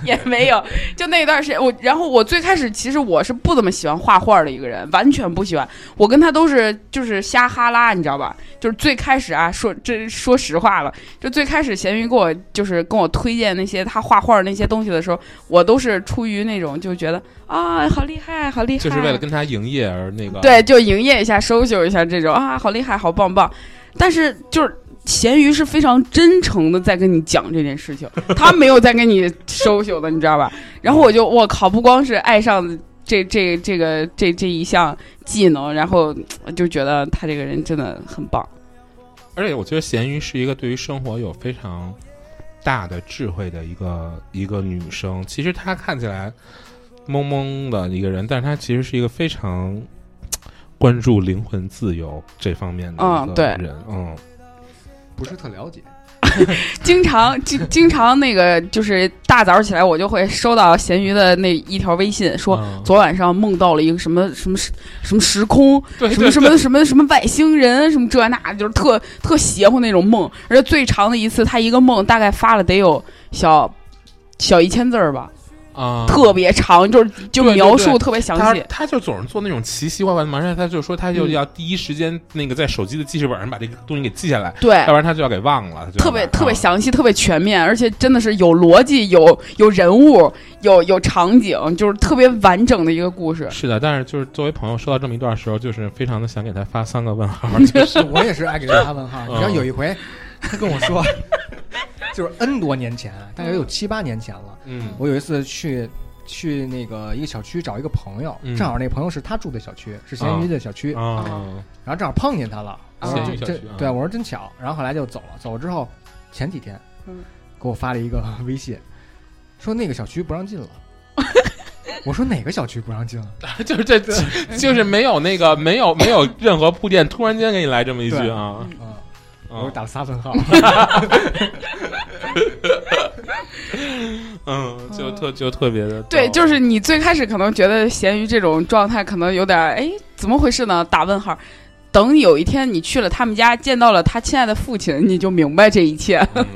也没有，就那段时间我，然后我最开始其实我是不怎么喜欢画画的一个人，完全不喜欢。我跟他都是就是瞎哈拉，你知道吧？就是最开始啊，说这说实话了，就最开始咸鱼给我就是跟我推荐那些他画画的那些东西的时候，我都是出于那种就觉得啊，好厉害，好厉害，就是为了跟她营业而那个。对，就营业一下、收修一下这种啊，好厉害，好棒棒。但是就是咸鱼是非常真诚的在跟你讲这件事情，他没有在跟你收修的，你知道吧？ 然后我就我靠，不光是爱上这这这个这这一项技能，然后我就觉得他这个人真的很棒。而且我觉得咸鱼是一个对于生活有非常大的智慧的一个一个女生。其实她看起来懵懵的一个人，但是她其实是一个非常嘖关注灵魂自由这方面的嗯一对个人。嗯，不是特了解，经常经经常那个就是大早起来，我就会收到咸鱼的那一条微信说。嗯昨晚上梦到了一个什么什么时什么时空，对什么什么什么什么外星人，什么这那，就是特特邪乎那种梦。而且最长的一次，他一个梦大概发了得有小小一千字儿吧，啊，特别长，就是就对对描述对特别详他细。他就总是做那种奇奇怪怪的忙，而且他就说他就嗯要第一时间那个在手机的记事本上把这个东西给记下来，对要不，然他就要啊给忘了。他哎就要特别把它特别忘了详细，特别全面，而且真的是有逻辑，有有人物，有有场景，就是特别完整的一个故事。是的，但是就是作为朋友收到这么一段的时候，就是非常的想给他发三个 问号，就是我也是爱给人家问号。你知道嗯有一回，他跟我说，就是 N 多年前，大概有七八年前了。嗯我有一次去去那个一个小区找一个朋友，嗯正好那朋友是他住的小区，是咸鱼的小区，啊然后正好碰见他了，我说啊这咸鱼小这区啊对我说真巧，然后后来就走了，走了之后前几天，嗯给我发了一个 微信，说那个小区不让进了。我说哪个小区不让进了？就是这这就是没有那个没有没有任何铺垫，突然间给你来这么一句啊，嗯，我嗯打了仨分 号。嗯，就特就特别的对，逗就是你最开始可能觉得咸鱼这种状态可能有点哎怎么回事呢？打问号。等有一天你去了他们家，见到了他亲爱的父亲，你就明白这一切， 嗯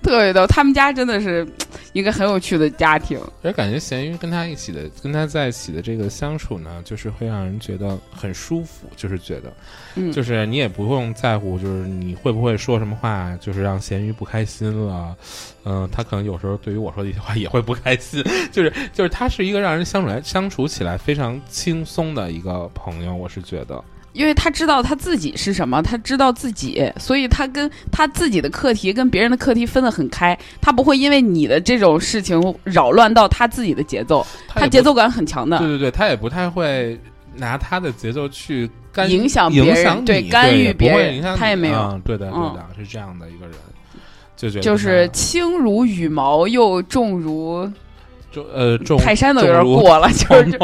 特别逗。他们家真的是嘖一个很有趣的家庭，而感觉咸鱼跟他一起的，跟他在一起的这个相处呢，就是会让人觉得很舒服，就是觉得，嗯就是你也不用在乎，就是你会不会说什么话，就是让咸鱼不开心了，嗯、他可能有时候对于我说的一些话也会不开心， 就是就是他是一个让人相处来相处起来非常轻松的一个朋友，我是觉得，因为他知道他自己是什么，他知道自己，所以他跟他自己的课题跟别人的课题分得很开，他不会因为你的这种事情扰乱到他自己的节奏，他他也不节奏感很强对的，对对，他也不太会拿他的节奏去干影响别影人响你对对干预也不别会人影响他你也没有啊对的对嗯的，是这样的一个人，就觉得就是他轻如羽毛又重如重呃重泰山都有点 重如嗯过了，就是就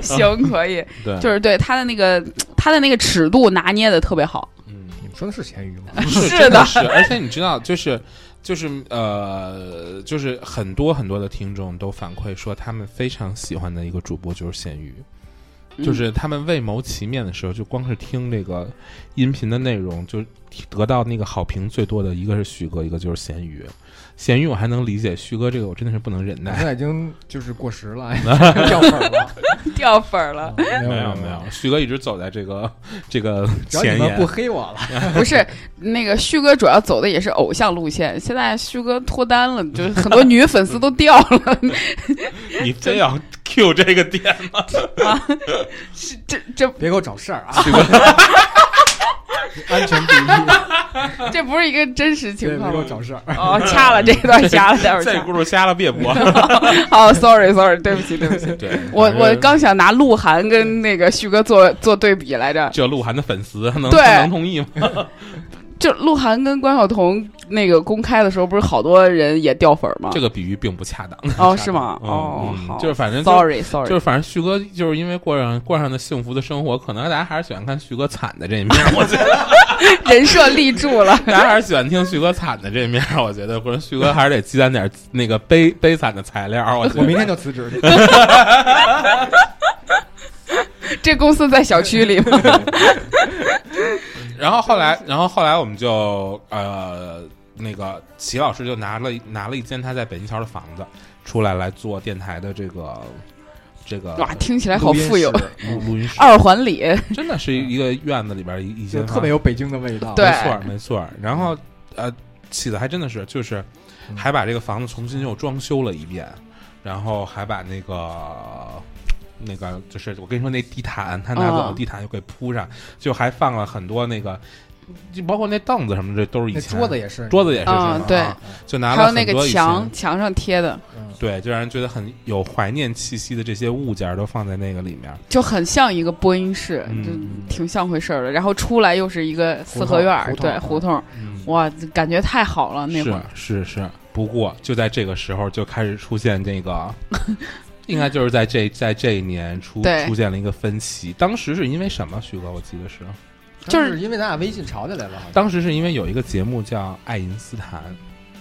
行可以，对，就是对他的那个他的那个尺度拿捏的特别好，嗯你们说的是咸鱼吗？是是真的是，而且你知道，就是就是呃，就是很多很多的听众都反馈说，他们非常喜欢的一个主播就是咸鱼。嗯就是他们为谋其面的时候，就光是听这个音频的内容，就得到那个好评最多的一个是旭哥，一个就是咸鱼。咸鱼我还能理解，旭哥这个我真的是不能忍我耐。现在已经就是过时了， 掉粉儿了。嗯掉粉儿了。没没有没有，，旭哥一直走在这个 这个只要前你们不沿。黑我了，嗯不是那个旭哥主要走的也是偶像路线，现在旭哥脱单了，就是很多女粉 丝都掉了。 你真要 Q 这个点吗？这这别给我找事儿啊！安全第一，这不是一个真实对，情别况给我吗？找事儿。哦，掐了这一段，掐了，待会儿这掐轱。辘瞎了别播。好，sorry，sorry，对不起，对不 起。对，我反正我刚想拿鹿晗跟那个旭哥做做对比来着，这鹿晗的粉丝能对能同意吗？就鹿晗跟关晓彤那个公开的时候，不是好多人也掉粉儿吗这？个比喻并不恰当。哦，是吗？嗯哦，嗯好，就是反正就 sorry，sorry，就是反正旭哥就是因为过上过上的幸福的生活，可能大家还是喜欢看旭哥惨的这一面。我觉得人设立住了。大家还是喜欢听旭哥惨的这一面。我觉得，不然旭哥还是得积攒点那个悲悲惨的材料。我觉我明得。天就辞职去。这公司在小区里吗？然后后来，然后后来我们就呃，那个齐老师就拿了一拿了一间他在北京桥的房子出来来做电台的这个这个哇，听起来好录音富有室。录录音室，二环里，真的是一个院子里边一一啊就间特别有。有北京的味道。对没错儿，没错儿。然后呃，起的还真的是，就是嗯还把这个房子重新又装修了一遍，然后还把那个。那个就是我跟你说，那地毯他拿走哦的地毯又给铺上，就还放了很多那个，就包括那凳子什么的，这都是以那前桌子也是，桌子也是嗯这样啊对就拿还了有那很多个以前墙，墙上贴的，嗯对，就让人觉得很有怀念气息的这些物件儿都放在那个里面，就很像一个播音室，嗯就挺像回事儿的。然后出来又是一个四合院儿，胡同对胡胡同，哇，感觉太好了那会儿。是是是，不过就在这个时候就开始出现 这个，应该就是在这在这一年出对出现了一个分歧。当时是因为什么？徐哥，我记得是，就是当时因为咱俩微信吵起来了，好像当时是因为有一个节目叫《爱因斯坦》，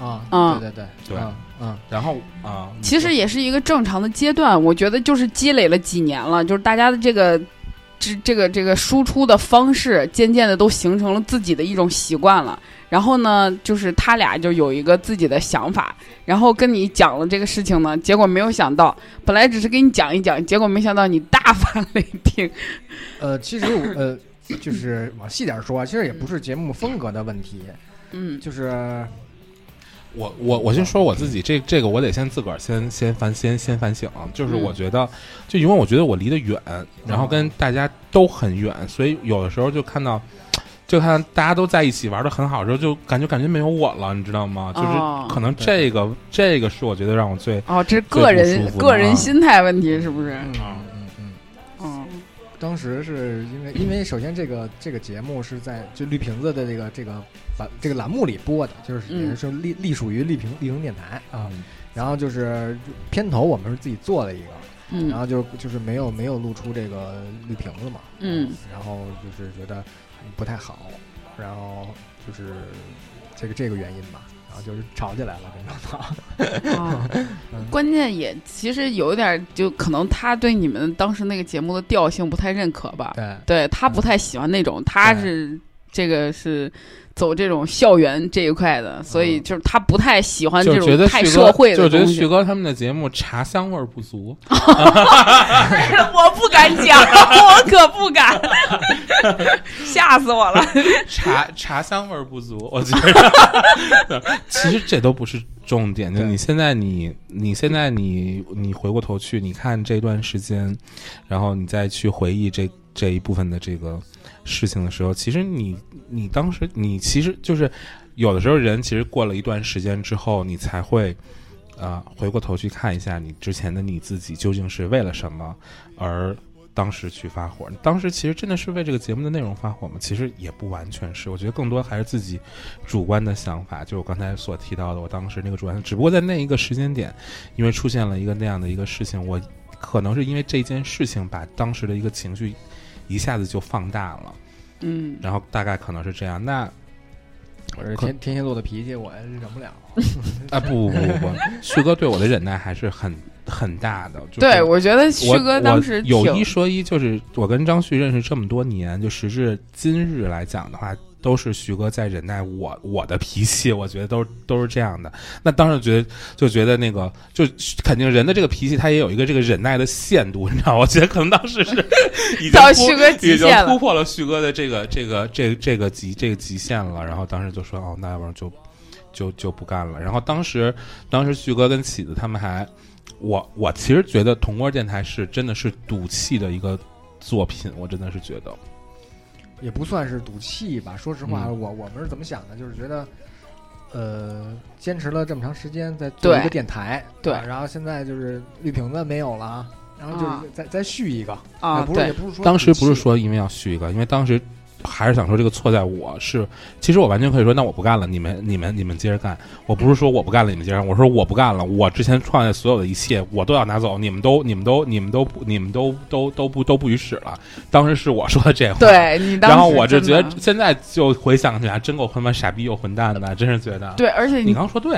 啊，嗯对对对嗯嗯，然后啊，你其实说也是一个正常的阶段，我觉得就是积累了几年了，就是大家的这个。这这个这个输出的方式，渐渐的都形成了自己的一种习惯了。然后呢，就是他俩就有一个自己的想法，然后跟你讲了这个事情呢，结果没有想到，本来只是跟你讲一讲，结果没想到你大发 雷霆。呃，其实我呃，就是往细点说，啊其实也不是节目风格的问题，嗯，就是我我我先说我自己，这这个我得先自个儿先先反先先反省，就是嗯哦我觉得，就因为我觉得我离得远，然后跟大家都很远，所以有的时候就看到，就看到大家都在一起玩的很好的时候，就感觉感觉没有我了，你知道吗？哦就是可能这个、这个是我觉得让我最哦，这是个最不人舒服的啊个人心态问题是不是？嗯啊嗯嗯。嗯，当时是因为，因为首先这个这个节目是在就绿瓶子的这个这个版这个栏目里播的，就是嗯也是说隶隶属于绿瓶绿城电台啊。然后就是片头我们是自己做了一个，然嗯后就就是没有没有露出这个绿瓶子嘛，嗯，然后就是觉得不太好，然后就是这个这个原因吧，然后就是吵起来了，跟正 常。啊嗯，关键也其实有点儿，就可能他对你们当时那个节目的调性不太认可吧，对，对他不太喜欢那种，他对是这个是走这种校园这一块的，所以就是他不太喜欢嗯就这是种觉得啊太旭社哥，会的就是觉得东旭西。哥他们的节目茶香味儿不足， 我不敢讲， 我可不敢，吓死我了。 茶茶香味儿不足，我觉得。 其实这都不是重点，就对你现在你你现在你你回过头去，你看这段时间，然后你再去回忆这这一部分的这个事情的时候，其实你你当时你其实就是有的时候人其实过了一段时间之后，你才会。呃啊、回过头去看一下你之前的你自己究竟是为了什么而当时去发火。当时其实真的是为这个节目的内容发火吗？其实也不完全是，我觉得更多还是自己主观的想法，就是我刚才所提到的，我当时那个主观，只不过在那一个时间点，因为出现了一个那样的一个事情，我可能是因为这件事情把当时的一个情绪一下子就放大了，嗯，然后大概可能是这样。那我是可天天蝎座的脾气，我忍不了。啊不不不 不，旭哥对我的忍耐还是很很大的。就是对，我觉得旭我哥当时我有一挺说一，就是我跟张旭认识这么多年，就时至今日来讲的话，都是徐哥在忍耐我我的脾气，我觉得都是都是这样的。那当时觉得就觉得那个就肯定人的这个脾气，他也有一个这个忍耐的限度，你知道吗？我觉得可能当时是 已经到突旭哥极 已经限突了，破了旭哥的这个这个这这个极这个极限了，然后当时就说哦，那要不然就就就不干了。然后当时当时旭哥跟启子他们还，我我其实觉得铜锅电台是真的是赌气的一个作品，我真的是觉得，也不算是赌气吧。说实话，嗯我我们是怎么想的？就是觉得，呃，坚持了这么长时间，在做对一个电台，对啊然后现在就是绿瓶子没有了啊，然后啊就是再、再续一个啊也不是也对，不是说当时不是赌气说因为要续一个，因为当时。还是想说这个错在我是，其实我完全可以说，那我不干了，你们你们你们接着干。我不是说我不干了，你们接着干，我说我不干了，我之前创业所有的一切我都要拿走，你们都你们都你们都不你们都都都不都不许使了。当时是我说的这话，对你当时然后我就真觉的得现在就回想起来，真够他妈傻逼又混蛋的，真是觉得。对，而且你你刚说对，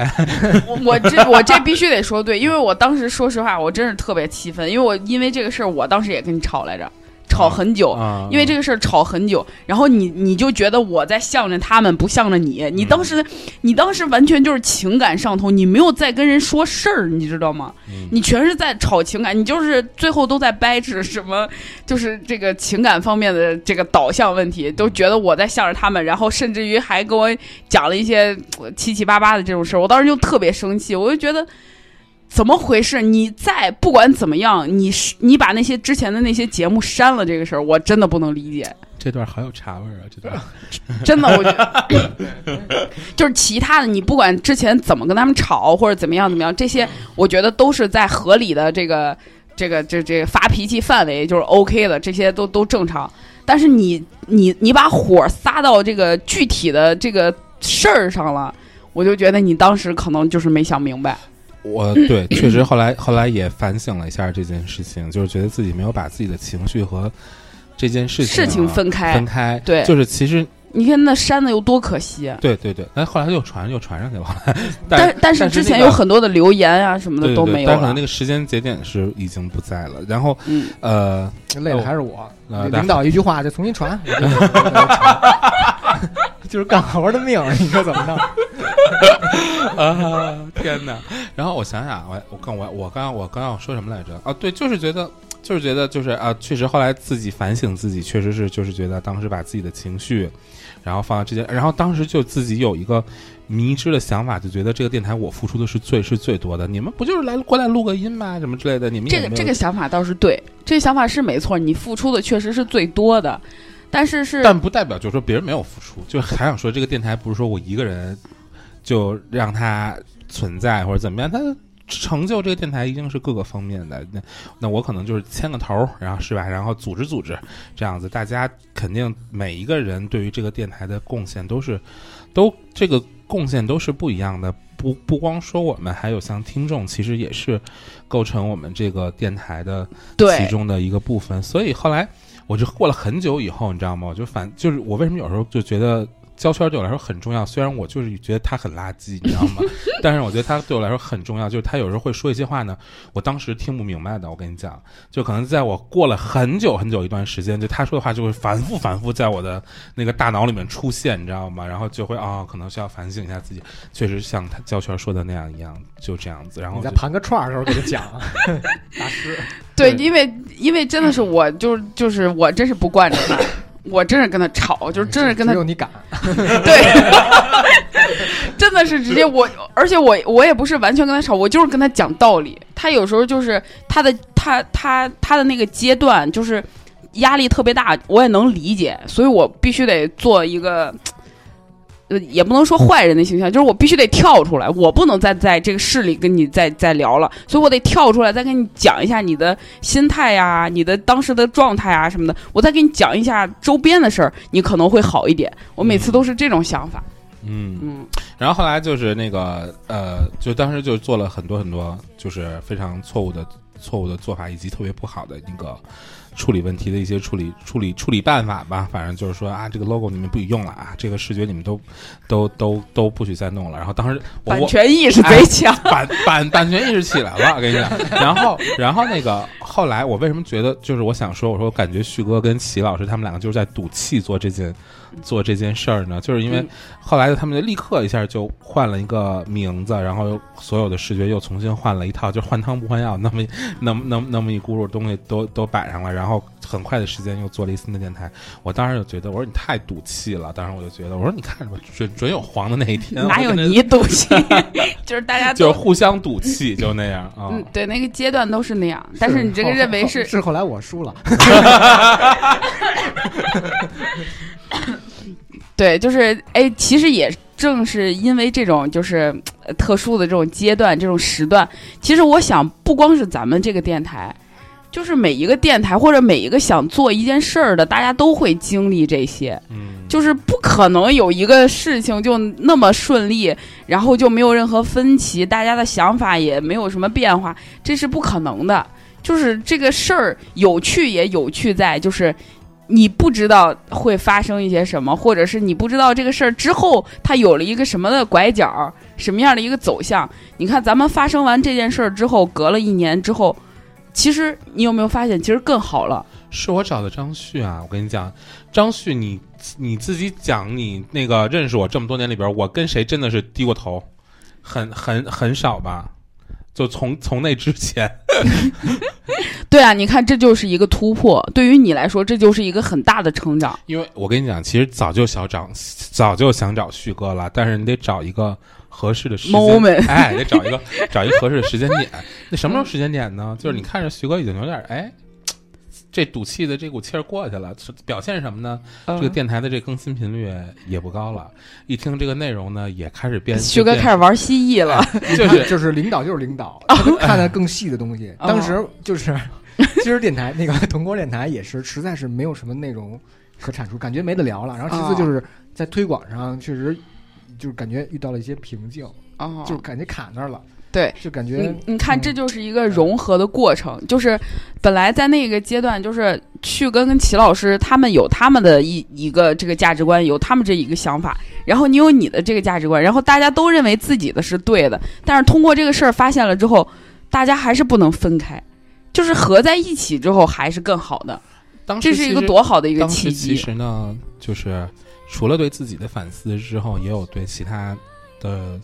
我我这我这必须得说对，因为我当时说实话，我真是特别气愤，因为我因为这个事儿，我当时也跟你吵来着，吵很久。啊，因为这个事儿吵很久，然后你你就觉得我在向着他们，不向着你。你当时，你当时完全就是情感上头，你没有在跟人说事儿，你知道吗？嗯你全是在吵情感，你就是最后都在掰扯什么， 就是这个情感方面的这个导向问题，都觉得我在向着他们，然后甚至于还跟我讲了一些呃七七八八的这种事儿，我当时就特别生气，我就觉得。怎么回事？你再不管怎么样，你是你把那些之前的那些节目删了，这个事儿我真的不能理解。这段好有茶味儿啊，这段 真的，我觉得就是其他的，你不管之前怎么跟他们吵或者怎么样怎么样，这些我觉得都是在合理的这个这个这这个发脾气范围就是 OK 的，这些都都正常。但是你你你把火撒到这个具体的这个事儿上了，我就觉得你当时可能就是没想明白。我对，确实后来后来也反省了一下这件事情，就是觉得自己没有把自己的情绪和这件事情啊事情分开分开，对就是其实你看那删的有多可惜，啊对对对，但后来又传又传上去了， 后来但但是但是之前那个有很多的留言啊什么对的对都对没有但可能了那。个时间节点是已经不在了，然后嗯，呃，累了还是我，那领那领导一句话就重新传，我就 我就传 就是干活的命，你说怎么弄？ 啊，天哪！然后我想想，我我刚我我刚我刚要说什么来着？啊，对，就是觉得。就是觉得，就是啊，确实后来自己反省自己，确实是就是觉得当时把自己的情绪，然后放到这些，然后当时就自己有一个迷之的想法，就觉得这个电台我付出的是最是最多的，你们不就是来过来录个音吗？什么之类的，你们也这个没有这个，想法倒是对，这个想法是没错，你付出的确实是最多的，但是是但不代表就是说别人没有付出，就是还想说这个电台不是说我一个人就让它存在或者怎么样，它成就这个电台一定是各个方面的。那那我可能就是牵个头儿，然后是吧？然后组织组织这样子，大家肯定每一个人对于这个电台的贡献都是都这个贡献都是不一样的。不不光说我们，还有像听众，其实也是构成我们这个电台的其对中的一个部分。所以后来我就过了很久以后，你知道吗？我就反就是我为什么有时候就觉得胶圈对我来说很重要，虽然我就是觉得它很垃圾，你知道 吗？但是我觉得它对我来说很重要，就是它有时候会说一些话呢，我当时听不明白的。我跟你讲，就可能在我过了很久很久一段时间，就他说的话就会反复反复在我的那个大脑里面出现，你知道吗？然后就会啊、可能需要反省一下自己，确实像他胶圈说的那样一样，就这样子。然后你就在盘个串儿的时候给他讲啊， 大师，对，对因为因为真的是我就是就是我真是不惯着他，我真是跟他吵，就是真是跟他只有你敢，对， 真的是直接我，而且我我也不是完全跟他吵，我就是跟他讲道理。他有时候就是他的他他他的那个阶段就是压力特别大，我也能理解，所以我必须得做一个呃也不能说坏人的形象，就是我必须得跳出来，我不能再在这个市里跟你再再聊了，所以我得跳出来，再跟你讲一下你的心态呀、你的当时的状态啊什么的，我再给你讲一下周边的事儿，你可能会好一点。我每次都是这种想法，嗯，嗯，然后后来就是那个呃，就当时就做了很多很多，就是非常错误的错误的做法，以及特别不好的那个处理问题的一些处理处理处理办法吧。反正就是说啊，这个 logo 你们不许用了啊，这个视觉你们都都都都不许再弄了。然后当时我哎版我权意识贼强。版 版版权意识起来了，我跟你讲。然后，然后那个后来，我为什么觉得就是我想说，我说我感觉旭哥跟齐老师他们两个就是在赌气做这件做这件事儿呢，就是因为嗯后来他们就立刻一下就换了一个名字，然后所有的视觉又重新换了一套，就换汤不换药，那么一那么那么那么一轱辘东西都都摆上了，然后很快的时间又做了一新的电台。我当时就觉得，我说你太赌气了。当时我就觉得，我说你看着吧，准准有黄的那一天。哪有我跟他你赌 气？ 就是大家就都是互相赌气，就那 样啊。嗯，对，那个阶段都是那样。但是你这个认为是是后是后来我输了，对，就是哎，其实也正是因为这种就是呃特殊的这种阶段、这种时段，其实我想不光是咱们这个电台，就是每一个电台或者每一个想做一件事儿的，大家都会经历这些。嗯，就是不可能有一个事情就那么顺利，然后就没有任何分歧，大家的想法也没有什么变化，这是不可能的。就是这个事儿有趣也有趣在，就是你不知道会发生一些什么，或者是你不知道这个事儿之后它有了一个什么的拐角，什么样的一个走向。你看咱们发生完这件事儿之后，隔了一年之后，其实你有没有发现，其实更好了？是我找的张旭啊，我跟你讲，张旭你，你自己讲，你那个认识我这么多年里边，我跟谁真的是低过头，很很很少吧。就从从那之前，对啊，你看，这就是一个突破，对于你来说，这就是一个很大的成长。因为我跟你讲，其实早就想找，早就想找旭哥了，但是你得找一个合适的时间 Moment 哎，得找一个找一个合适的时间点。那什么时候时间点呢？嗯就是你看着旭哥已经有点哎，这赌气的这股气儿过去了，是表现什么呢？这嗯个电台的这更新频率也不高了，一听这个内容呢，也开始嗯变。旭哥开始玩蜥蜴了，始就是就是领导就是领导，哦看的更细的东西。当时就是，其实电台那个同国电台也是，实在是没有什么内容可产出，感觉没得聊了。然哦后其次就是在推广上，确实就是感觉遇到了一些瓶颈， 哦，就是感觉卡那儿了。对，就感觉你你看，嗯这就是一个融合的过程，就是本来在那个阶段，就是旭哥跟齐老师他们有他们的一一个这个价值观，有他们这一个想法，然后你有你的这个价值观，然后大家都认为自己的是对的，但是通过这个事儿发现了之后，大家还是不能分开，就是合在一起之后还是更好的，当这时是一个其实多好的一个当时契其机。实呢，就是除了对自己的反思之后，也有对其他的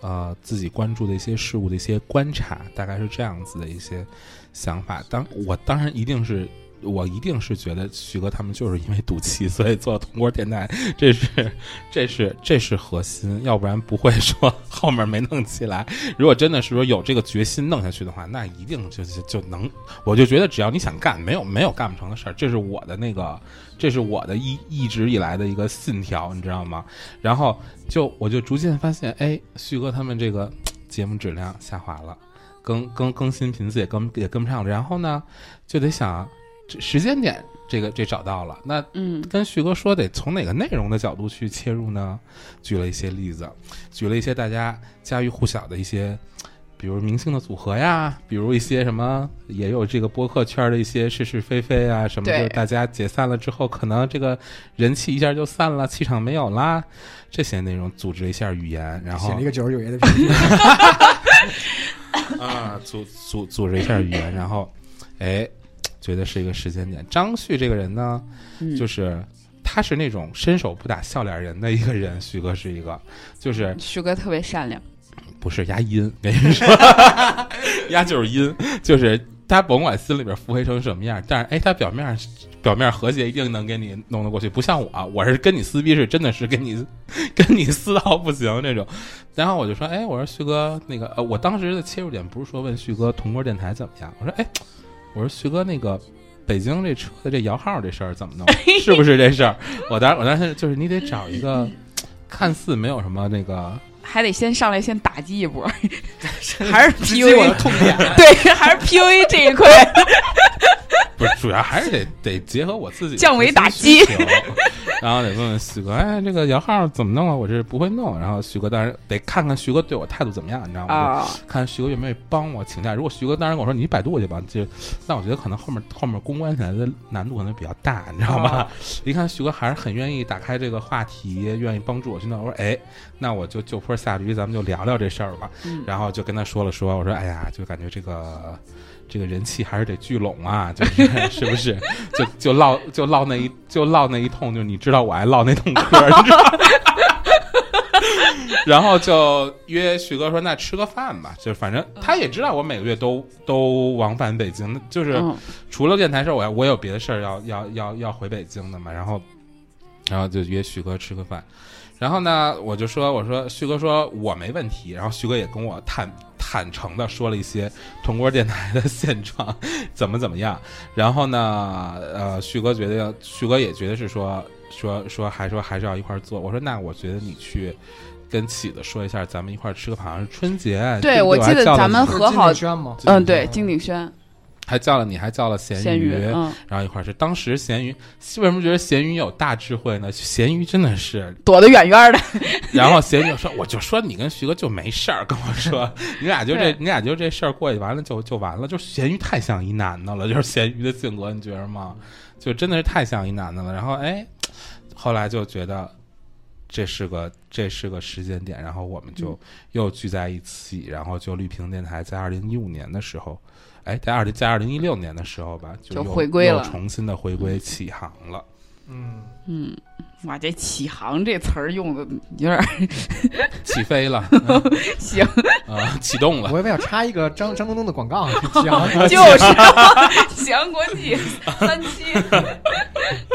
呃自己关注的一些事物的一些观察，大概是这样子的一些想法。当我当然一定是。我一定是觉得徐哥他们就是因为赌气，所以做了铜锅电台，这是这是这是核心，要不然不会说后面没弄起来。如果真的是说有这个决心弄下去的话，那一定就就就能。我就觉得只要你想干，没有没有干不成的事儿。这是我的那个，这是我的一一直以来的一个信条，你知道吗？然后就我就逐渐发现，哎，旭哥他们这个节目质量下滑了，更更更新频次也跟也跟不上了。然后呢，就得想这时间点，这个这找到了，那嗯，跟旭哥说得从哪个内容的角度去切入呢？举了一些例子，举了一些大家家喻户晓的一些，比如明星的组合呀，比如一些什么也有这个播客圈的一些是是非非啊什么，对就是大家解散了之后，可能这个人气一下就散了，气场没有啦，这些内容组织一下语言，然后写了一个九十九页的评论，啊，组组组织一下语言，然后哎，觉得是一个时间点。张旭这个人呢，嗯就是他是那种伸手不打笑脸人的一个人，旭哥是一个，就是旭哥特别善良，不是压阴， 跟你说，压就是阴，就是他甭管心里边腹黑成什么样，但是哎，他表面表面和谐一定能给你弄得过去，不像我，我是跟你撕逼是真的是跟你 跟你撕到不行这种。然后我就说，哎，我说旭哥，那个呃，我当时的切入点不是说问旭哥同锅电台怎么样，我说哎，我说旭哥那个。北京这车的这摇号这事儿怎么弄？是不是这事儿？我当时我当时就是你得找一个看似没有什么那个，还得先上来先打击一波，还是直击我 PUA 的痛点。 对，还是 PUA 这一块。不是主要还是得 得结合我自己的降维自身打击需求， 然后得问问徐哥，哎，这个摇号怎么弄啊？我这不会弄。然后徐哥当然得看看徐哥对我态度怎么样，你知道吗？啊，看徐哥有没有帮我请假。如果徐哥当时跟我说你百度去吧，就那我觉得可能后面后面公关起来的难度可能比较大，你知道吗？一看徐哥还是很愿意打开这个话题，愿意帮助我去弄。我说哎，那我就就坡下驴，咱们就聊聊这事儿吧。嗯然后就跟他说了说，我说哎呀，就感觉这个。这个人气还是得聚拢啊，就是是 不是？就就唠就唠那一就唠那一通，就你知道我爱唠那通嗑儿，你知道吗 然后就约徐哥说，那吃个饭吧，就反正他也知道我每个月都都往返北京，就是、嗯，除了电台事儿，我还我有别的事儿要要要要回北京的嘛，然后然后就约徐哥吃个饭，然后呢，我就说我说徐哥说我没问题，然后徐哥也跟我坦坦诚的说了一些铜锅电台的现状怎么怎么样，然后呢，呃，徐哥觉得徐哥也觉得是说说说还说还是要一块儿做，我说那我觉得你去。跟启子说一下，咱们一块儿吃个饭，好像是春节。对记不我记记得还叫了咱们你和好宣吗？嗯，对，金鼎轩、还叫了你，还叫了咸鲜鱼，嗯，然后一块儿吃。当时咸鱼为什么觉得咸鱼有大智慧呢？咸鱼真的是，躲得远远的。 然后咸鱼就说：“我就说你跟徐哥就没事儿，跟我 说，你俩就这，对你俩就这事儿过去完了就就完了。就是咸鱼太像一男的了，就是咸鱼的性格，你觉得吗？就真的是太像一男的了。然后哎，后来就觉得。”这是个这是个时间点，然后我们嗯就又聚在一起，然后就绿屏电台在二零一五年的时候，哎，在二零在二零一六年的时候吧，就又回归了又重新的回归起航了。嗯，嗯，哇，这启航这词儿用的有点儿 起飞了，嗯行，啊，启动了我。要不要插一个张张东东的广 告？讲就是 启航国际三期，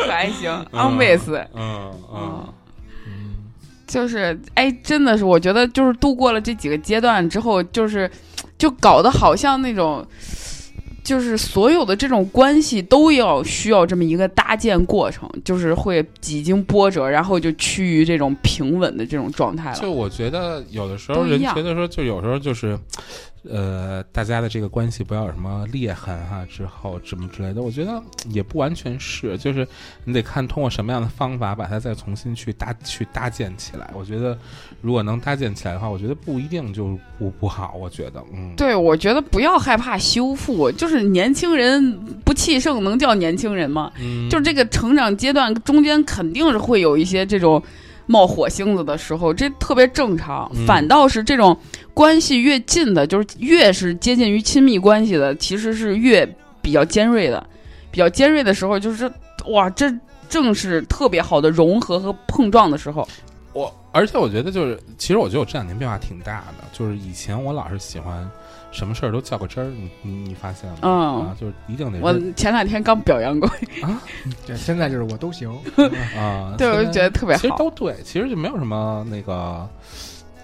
还行，Always。嗯嗯嗯，，就是哎，真的是，我觉得就是度过了这几个阶段之后，就是就搞得好像那种，就是所有的这种关系都要需要这么一个搭建过程，就是会几经波折，然后就趋于这种平稳的这种状态了。就我觉得有的时候都一人样觉得说，就有时候就是，呃，大家的这个关系不要有什么裂痕啊，之后什么之类的，我觉得也不完全是，就是你得看通过什么样的方法把它再重新去搭去搭建起来。我觉得如果能搭建起来的话，我觉得不一定就不不好。我觉得，嗯，对，我觉得不要害怕修复，就是年轻人不气盛，能叫年轻人吗？嗯，就是这个成长阶段中间肯定是会有一些这种冒火星子的时候，这特别正常。嗯反倒是这种关系越近的，就是越是接近于亲密关系的，其实是越比较尖锐的。比较尖锐的时候，就是哇，这正是特别好的融合和碰撞的时候。我，而且我觉得就是，其实我觉得我这两年变化挺大的。就是以前我老是喜欢什么事儿都较个真儿，你你你发现了吗？嗯啊，就是一定得我是前两天刚表扬嗯过， 对，现在就是我都行。啊，对，我现就在觉得特别其实好。都对，其实就没有什么那个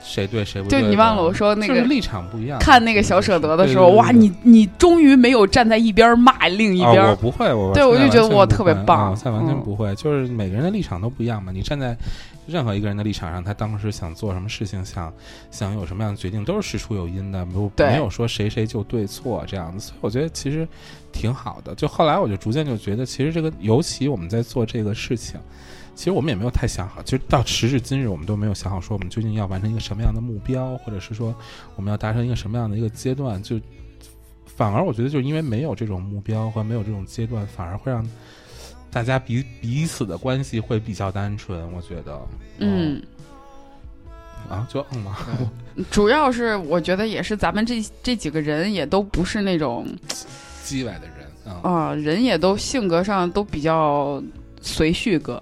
谁对谁不就对的。你忘了我说那就是个立场不一样。看那个小舍得的时候，啊对对对哇，对你你终于没有站在一边儿骂另一啊边儿，我不会，我对现我在就觉得完全我不特别会棒啊现在完全嗯不会，就是每个人的立场都不一样嘛。你站在任何一个人的立场上，他当时想做什么事情，想想有什么样的决定，都是事出有因的，不对没有说谁谁就对错这样子。所以我觉得其实挺好的。就后来我就逐渐就觉得，其实这个，尤其我们在做这个事情。其实我们也没有太想好，其实到时至今日，我们都没有想好说我们究竟要完成一个什么样的目标，或者是说我们要达成一个什么样的一个阶段。就反而我觉得，就是因为没有这种目标和没有这种阶段，反而会让大家彼彼此的关系会比较单纯。我觉得，嗯。啊，就嗯嘛，主要是我觉得也是咱们这这几个人也都不是那种叽歪的人啊，啊、人也都性格上都比较随序哥，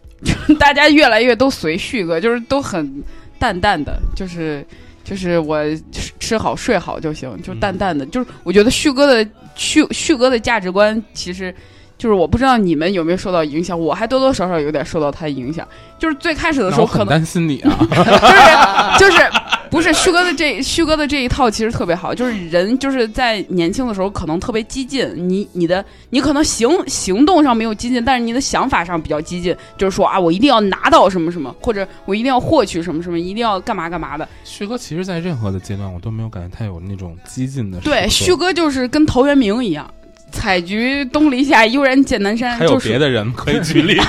大家越来越都随序哥，就是都很淡淡的，就是就是我吃吃好睡好就行，就淡淡的，嗯就是我觉得旭哥的旭旭哥的价值观其实。就是我不知道你们有没有受到影响，我还多多少少有点受到他的影响。就是最开始的时那 我候，可很能担心你啊，就是就是不不是旭哥的这旭哥的这一套其实特别好，就是人就是在年轻的时候可能特别激进，你你的你可能行行动上没有激进，但是你的想法上比较激进，就是说啊，我一定要拿到什么什么，或者我一定要获取什么什么，一定要干嘛干嘛的。旭哥其实，在任何的阶段，我都没有感觉他有那种激进的时刻。对，旭哥就是跟陶渊明一样。采菊东篱下，悠然见南山。还有就是别 的人可以举例吗？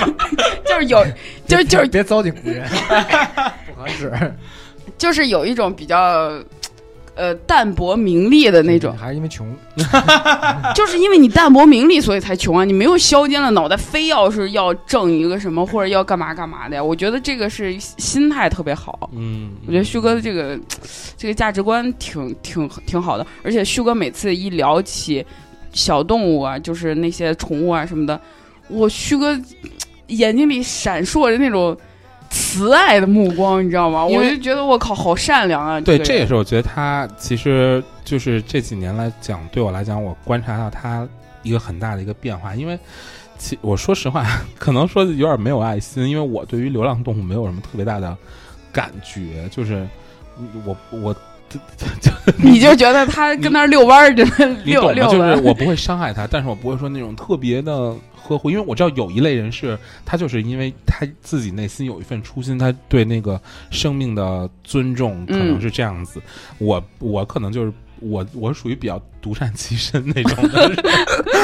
就是有， 就是就是别别糟践 古人，不合适就是有一种比较，呃，淡泊名利的那种，还是因为穷， 就是因为你淡泊名利，所以才穷啊！你没有削尖了脑袋，非要是要挣一个什么，或者要干嘛干嘛的呀？我觉得这个是心态特别好。嗯，我觉得旭哥的这个这个价值观挺挺挺好的，而且旭哥每次一聊起小动物啊，就是那些宠物啊什么的，我旭哥眼睛里闪烁着那种慈爱的目光，你知道吗？因我为就觉得我靠，好善良啊！对，个这也人是我觉得他其实就是这几年来讲，对我来讲，我观察到他一个很大的一个变化。因为其我说实话，可能说有点没有爱心，因为我对于流浪动物没有什么特别大的感觉，就是我我你就觉得他跟那儿遛弯儿，真的你遛懂吗？遛就是弯儿我不会伤害他，但是我不会说那种特别的呵护，因为我知道有一类人是他就是因为他自己内心有一份初心，他对那个生命的尊重可能是这样子。我我可能就是。我我属于比较独善其身那种的人，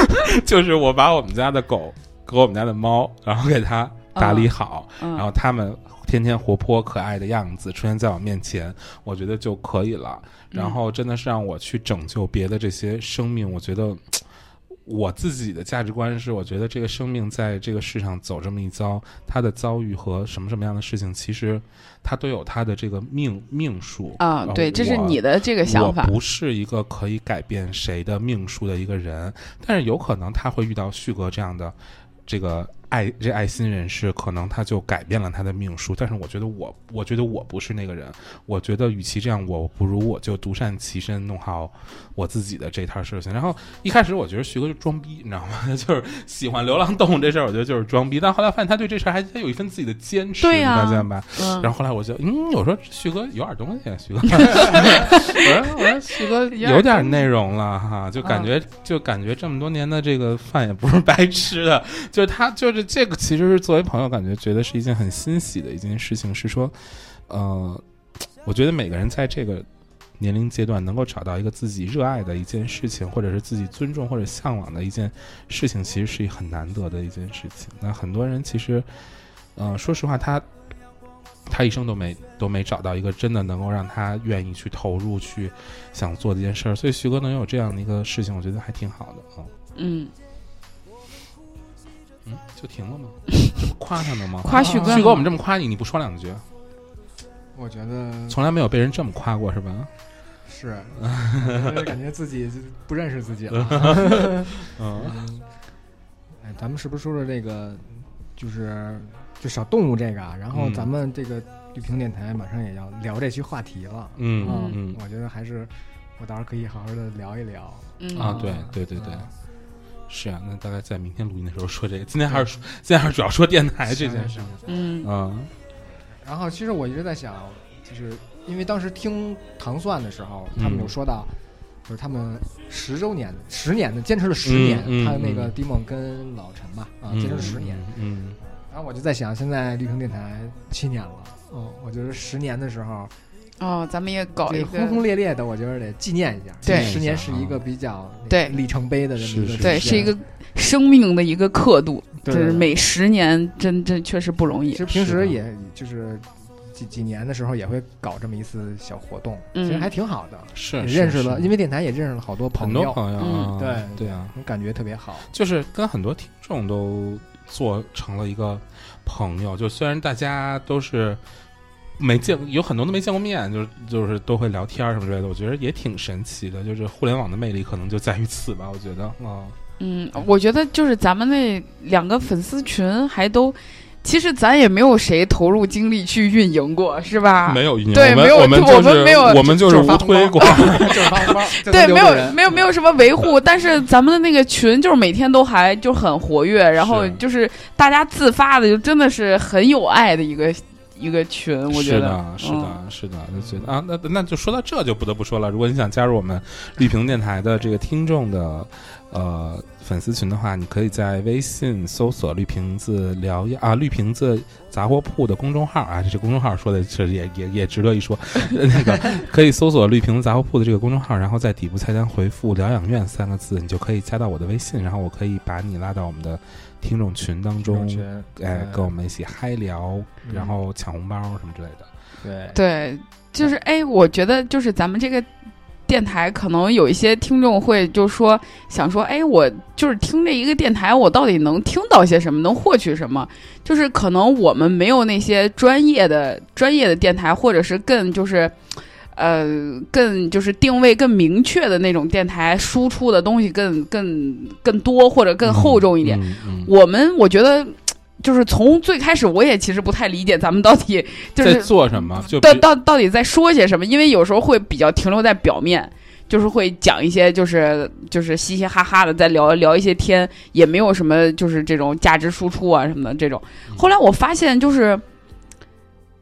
就是我把我们家的狗和我们家的猫，然后给它打理好，嗯然后他们天天活泼可爱的样子出现在我面前，我觉得就可以了。嗯然后真的是让我去拯救别的这些生命，我觉得我自己的价值观是，我觉得这个生命在这个世上走这么一遭，他的遭遇和什么什么样的事情，其实他都有他的这个命命数啊，对，这是你的。的这个想法我。不是一个可以改变谁的命数的一个人，但是有可能他会遇到旭哥这样的这个爱这爱心人士，可能他就改变了他的命数。但是我觉得我，我觉得我不是那个人。我觉得与其这样，我不如我就独善其身，弄好我自己的这摊事情。然后一开始我觉得旭哥就装逼，你知道吗？ 就是喜欢流浪动物这事儿，我觉得就是装逼。但后来发现他对这事儿还他有一份自己的坚持，对呀你发现吧？嗯然后后来我就嗯，我说旭哥有点东西，啊旭哥，我说我说旭哥有点嗯内容了哈，就感觉、就感觉这么多年的这个饭也不是白吃的， 就是他就是这个其实是作为朋友，感觉觉得是一件很欣喜的一件事情，是说，呃，我觉得每个人在这个。年龄阶段能够找到一个自己热爱的一件事情，或者是自己尊重或者向往的一件事情，其实是很难得的一件事情。那很多人其实，呃，说实话，他他一生都没都没找到一个真的能够让他愿意去投入去想做这件事儿，所以徐哥能有这样的一个事情，我觉得还挺好的啊。嗯，嗯，就停 了吗？这不夸他呢吗？夸旭 哥，旭哥，我们这么夸你，你不说两句，嗯我觉得从来没有被人这么夸过，是吧？ 是，感觉感觉自己不认识自己了。 嗯，嗯，哎，咱们是不是说说这个，就是就小动物这个啊？然后嗯咱们这个绿屏电台马上也要聊这期话题了。嗯嗯嗯，我觉得还是我到时候可以好好的聊一聊。嗯啊，对嗯对对对，嗯是啊，那大概在明天录音的时候说这个，今天还是说今天还是主要说电台哎这件事行情。嗯嗯然后其实我一直在想，就是因为当时听糖蒜的时候，他们嗯有说到，就是他们十周年、十年的坚持了十嗯年，嗯他的那个嗯 d 梦跟老陈吧，啊，嗯，坚持了十年。嗯，然后我就在想，现在绿屏电台七年了，嗯，我觉得十年的时候，哦，咱们也搞这一轰个，轰烈烈的，我觉得得纪念一下。对十年是一个比较对里程碑的这么一个是对，时是间一个生命的一个刻度，对就是对每十年，真真确实不容其易。实平是的时也就是几几年的时候也会搞这么一次小活动，嗯其实还挺好的。是也是认识了，嗯是因为电台也认识了好多很朋多友，朋友嗯啊，对对啊，感觉特别好。就是跟很多听众都做成了一个朋友，就虽然大家都是没见，有很多都没见过面，就是就是都会聊天儿什么之类的，我觉得也挺神奇的。就是互联网的魅力可能就在于此吧，我觉得啊，嗯，我觉得就是咱们那两个粉丝群还都，其实咱也没有谁投入精力去运营过，是吧？没有运营，对我没们有我们我就们是没有我们就是就是发无红包推广， 就是发 红包，就对，能留没个有人没有没有什么维 护，但是咱们的那个群就是每天都还就很活跃，然后是就是大家自发的，就真的是很有爱的一个一个群，我觉是得嗯的，是的，是的，就觉得啊，那那就说到这就不得不说了，如果你想加入我们绿屏电台的这个听众的呃粉丝群的话，你可以在微信搜索“绿瓶子聊呀”啊“绿瓶子杂货铺”的公众号啊，这公众号说的是也也也值得一说， 那个可以搜索“绿瓶子杂货铺”的这个公众号，然后在底部菜单回复“疗养院”三个字，你就可以加到我的微信，然后我可以把你拉到我们的听众群当中，哎，跟我们一起嗨聊，嗯然后抢红包什么之类的。对对，就是哎，我觉得就是咱们这个电台可能有一些听众会就说想说，哎，我就是听这一个电台，我到底能听到些什么，能获取什么？就是可能我们没有那些专业的专业的电台，或者是更就是。呃，更就是定位更明确的那种电台，输出的东西更更更多或者更厚重一点。嗯。嗯我们我觉得，就是从最开始我也其实不太理解咱们到底就在是做什么？就比到到到底在说些什么？因为有时候会比较停留在表面，就是会讲一些就是就是嘻嘻哈哈的，再聊聊一些天，也没有什么就是这种价值输出啊什么的这种。嗯后来我发现就是。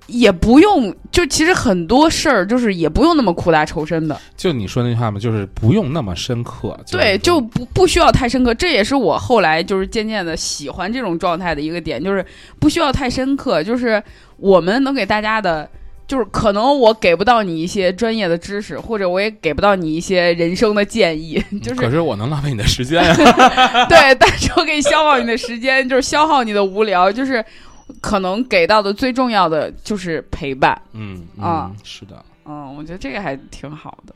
也不用，就其实很多事儿就是也不用那么苦大仇深的，就你说那句话嘛，就是不用那么深刻。对，嗯就就不不需要太深刻。这也是我后来就是渐渐的喜欢这种状态的一个点，就是不需要太深刻，就是我们能给大家的。就是可能我给不到你一些专业的知识，或者我也给不到你一些人生的建议，嗯就可是是我能浪费你的 时间呀、对，但是我可以消耗你的时间，就是消耗你的无聊，就是可能给到的最重要的就是陪伴。嗯啊嗯，是的。嗯，我觉得这个还挺好的，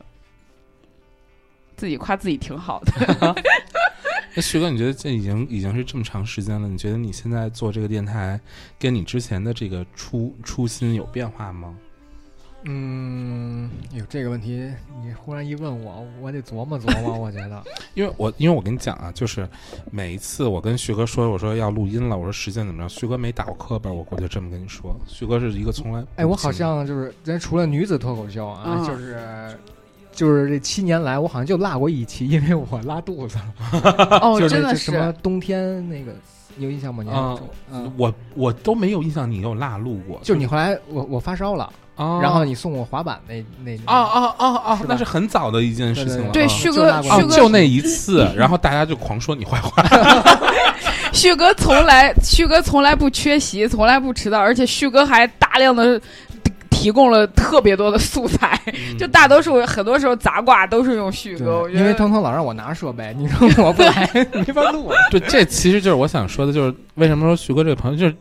自己夸自己挺好的。 那旭哥，你觉得这已经已经是这么长时间了？你觉得你现在做这个电台，跟你之前的这个初初心有变化吗？嗯，哎呦，这个问题你忽然一问我，我得琢磨 琢磨。我觉得，因为我因为我跟你讲啊，就是每一次我跟旭哥说，我说要录音了，我说时间怎么着，旭哥没打过磕巴，我我就这么跟你说，旭哥是一个从来哎，我好像就是咱除了女子脱口秀啊，嗯就是就是这七年来，我好像就落过一期，因为我拉肚子了。哦，就是真那的什么冬天那个，你有印象吗？你还啊嗯，我我都没有印象你有落录过，就是你后来我我发烧了，啊，然后你送我滑板那那哦哦哦哦是，吧那是很早的一件事情了啊。对啊旭就哥拉过啊来旭，哥就那一次，嗯然后大家就狂说你 坏话。旭哥从来，旭哥从来不缺席，从来不迟到，而且旭哥还大量的提供了特别多的素材，嗯就大多数很多时候杂挂都是用旭哥，我对，觉得因为腾腾老让我拿设备，你说我不来没法录。对，这其实就是我想说的，就是为什么说徐哥这个朋友，就是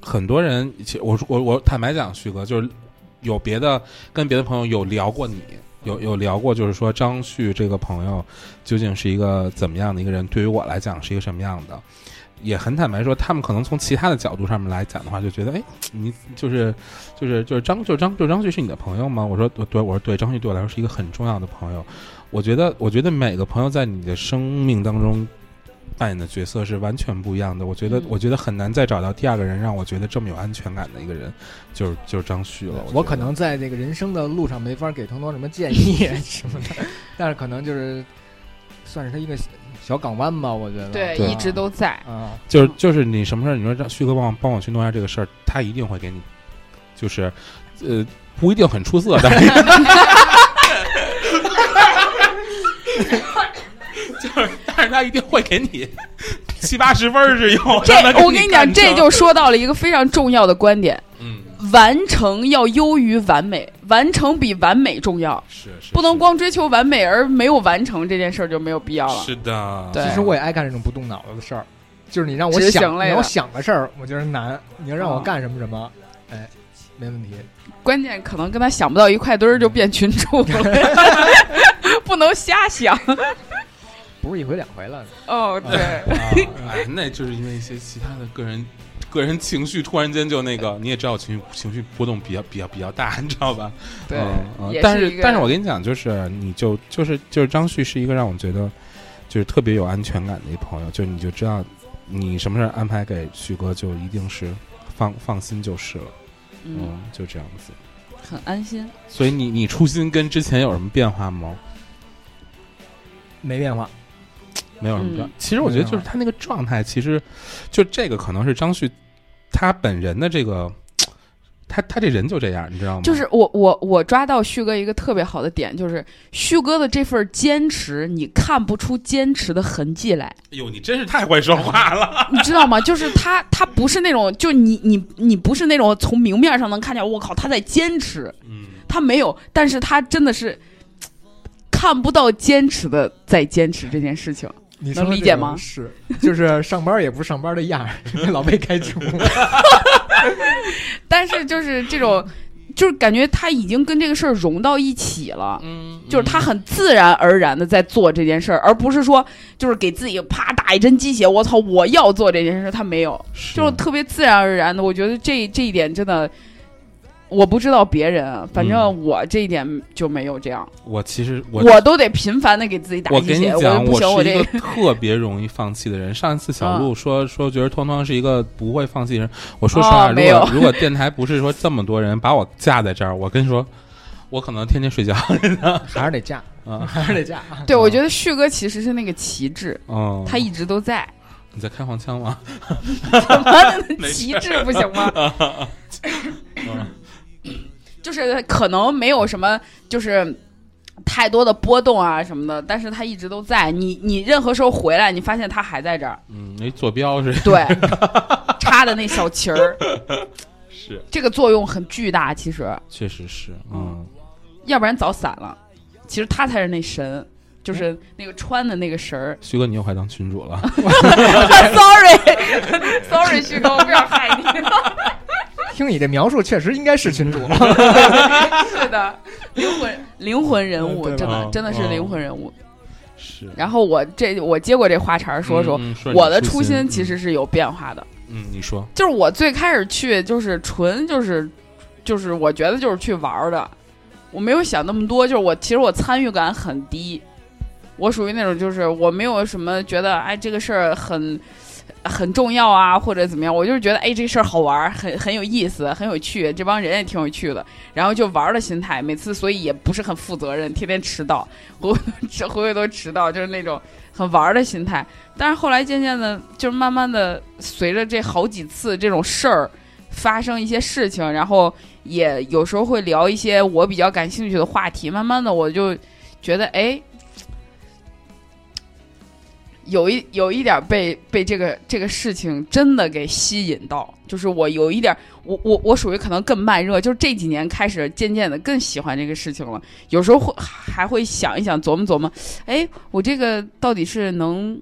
很多人，其实我我我坦白讲，徐哥就是有别的跟别的朋友有聊过你。有有聊过，就是说张旭这个朋友究竟是一个怎么样的一个人？对于我来讲是一个什么样的？也很坦白说，他们可能从其他的角度上面来讲的话，就觉得，哎，你就是就是就是张就张就张旭是你的朋友吗？我说对，我说对，张旭对我来说是一个很重要的朋友。我觉得，我觉得每个朋友在你的生命当中扮演的角色是完全不一样的。我觉得，嗯我觉得很难再找到第二个人让我觉得这么有安全感的一个人，就是就是张旭了。我觉得可能在这个人生的路上没法给腾腾什么建议什么的，但是可能就是算是他一个小港湾吧，我觉得。对对一直都在。啊，就是就是你什么事儿，你说让旭哥帮我帮我去弄一下这个事儿，他一定会给你，就是呃不一定很出色，但是就是但是他一定会给你七八十分儿是有这让他我跟你讲，干这成就说到了一个非常重要的观点：嗯完成要优于完美，完成比完美重要，是是不能光追求完美而没有完成这件事儿就没有必要了。是的，对其实 我也爱干这种不动脑子的事儿，就是你让我执行想，类你的让我想个事儿，我觉得难；你要让我啊干什么什么，哎，没问题。关键可能跟他想不到一块堆儿就变群主了， 不能瞎想。不是一回两回了，哦，对。啊，哎，那就是因为一些其他的个人。个人情绪突然间就那个，你也知道我情绪情绪波动比较比较比较大，你知道吧？对嗯嗯也但是是一个但是我跟你讲，就是你就就是就是张旭是一个让我觉得就是特别有安全感的一朋友，就你就知道你什么事儿安排给旭哥，就一定是放放心就是了，嗯嗯，，就这样子。很安心。所以你你初心跟之前有什么变化吗？没变化。没有什么变化。嗯其实我觉得就是他那个状态，其实就这个可能是张旭他本人的这个。他他这人就这样，你知道吗？就是我我我抓到旭哥一个特别好的点，就是旭哥的这份坚持，你看不出坚持的痕迹 来，哎呦，你真是太会说话 了。你知道吗？就是他他不是那种，就你你你不是那种从明面上能看见，我靠，他在坚持，嗯，他没有，但是他真的是看不到坚持的在坚持这件事情。你能理解吗是，就是上班也不是上班的样儿， 老被开除。但是就是这种，就是感觉他已经跟这个事儿融到一起了。嗯就是他很自然而然的在做这件事儿，而不是说就是给自己啪打一针鸡血，我操，我要做这件事儿，他没有，就是特别自然而然的。我觉得这这一点真的，我不知道别人啊，反正我这一点就没有这样，我其实嗯我我都得频繁的给自己打我鸡跟你血，我讲，不行，我是一这嗯个 特别容易放弃的人。上一次小鹿说、说觉得通通是一个不会放弃的人，我说实话，哦如没有果如果电台不是说这么多人把我架在这儿，我跟你说，我可能天天睡觉。 还是得嫁，啊还是得嫁。对我觉得旭哥其实是那个旗帜，嗯，他一直都在，你在开黄腔吗？怎么能旗帜不行吗？ 就是可能没有什么，就是太多的波动啊什么的，但是他一直都在。你你任何时候回来，你发现他还在 这儿，嗯，那坐标是对，插的那小旗儿，是，这个作用很巨大。其实，确实是，嗯，要不然早散了。其实他才是那神，就是那个穿的那个神儿。徐哥你又快当群 主了，哎 Sorry，Sorry，旭 哥，我不想害你。 听你这描述，确实应该是群主。啊是的，灵魂灵魂人物，对吧真的嗯真的是灵魂人物。是。然后我这我接过这花茬儿，说说、嗯，嗯顺我的你初心其嗯实是有变化的，嗯，你说，就是我最开始去就是纯就是就是我觉得就是去玩儿的，我没有想那么多，就是我其实我参与感很低，我属于那种就是我没有什么觉得哎这个事儿很。很重要啊，或者怎么样，我就是觉得，哎，这事儿好玩儿，很很有意思，很有趣，这帮人也挺有趣的，然后就玩儿的心态，每次所以也不是很负责任，天天迟到， 回回回都迟到，就是那种很玩儿的心态。但是后来渐渐的，就是慢慢的，随着这好几次这种事儿发生一些事情，然后也有时候会聊一些我比较感兴趣的话题。慢慢的，我就觉得，哎，有一有一点被被这个这个事情真的给吸引到，就是我有一点，我我我属于可能更慢热，就是这几年开始渐渐的更喜欢这个事情了。有时候会还会想一想，琢磨琢磨，哎，我这个到底是能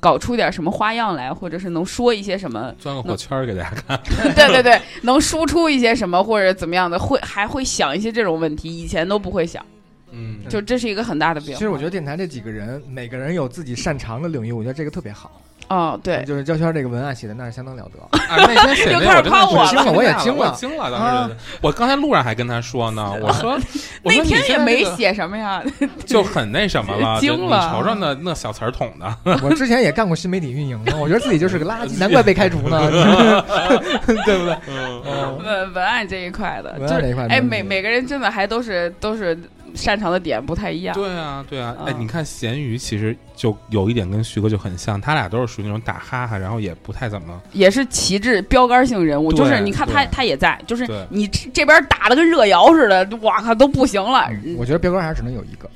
搞出点什么花样来，或者是能说一些什么？钻个火圈儿给大家看。对对对，能输出一些什么或者怎么样的，会还会想一些这种问题，以前都不会想，嗯， 就这是一个很大的变其实化。我觉得电台这几个人，每个人有自己擅长的领域，我觉得这个特别好。哦，对，就是焦圈这个文案写的那是相当了得。啊，那天谁又没开有始真的夸我是了惊我也讶惊我了惊了，啊当时我刚才路上还跟他说呢，我 说我说那你天现也在没这个写什么呀，就很那什么 了，惊就你了瞅瞅那那小词儿捅的， 我之前也干过新媒体运营呢，我觉得自己就是个垃圾，难怪被开除呢， 对不对？嗯，文文案这一块的，文就案是这一块没问题，哎，每每个人真的还都是都是擅长的点不太一样。对啊，对啊，哎，嗯你看咸鱼其实就有一点跟徐哥就很像，他俩都是属于那种打哈哈，然后也不太怎 么，也是旗帜标杆性人物，对就是你看他对他也在，就是对你这这边打的跟热窑似的，哇靠都不行了。嗯我觉得标杆还是只能有一个。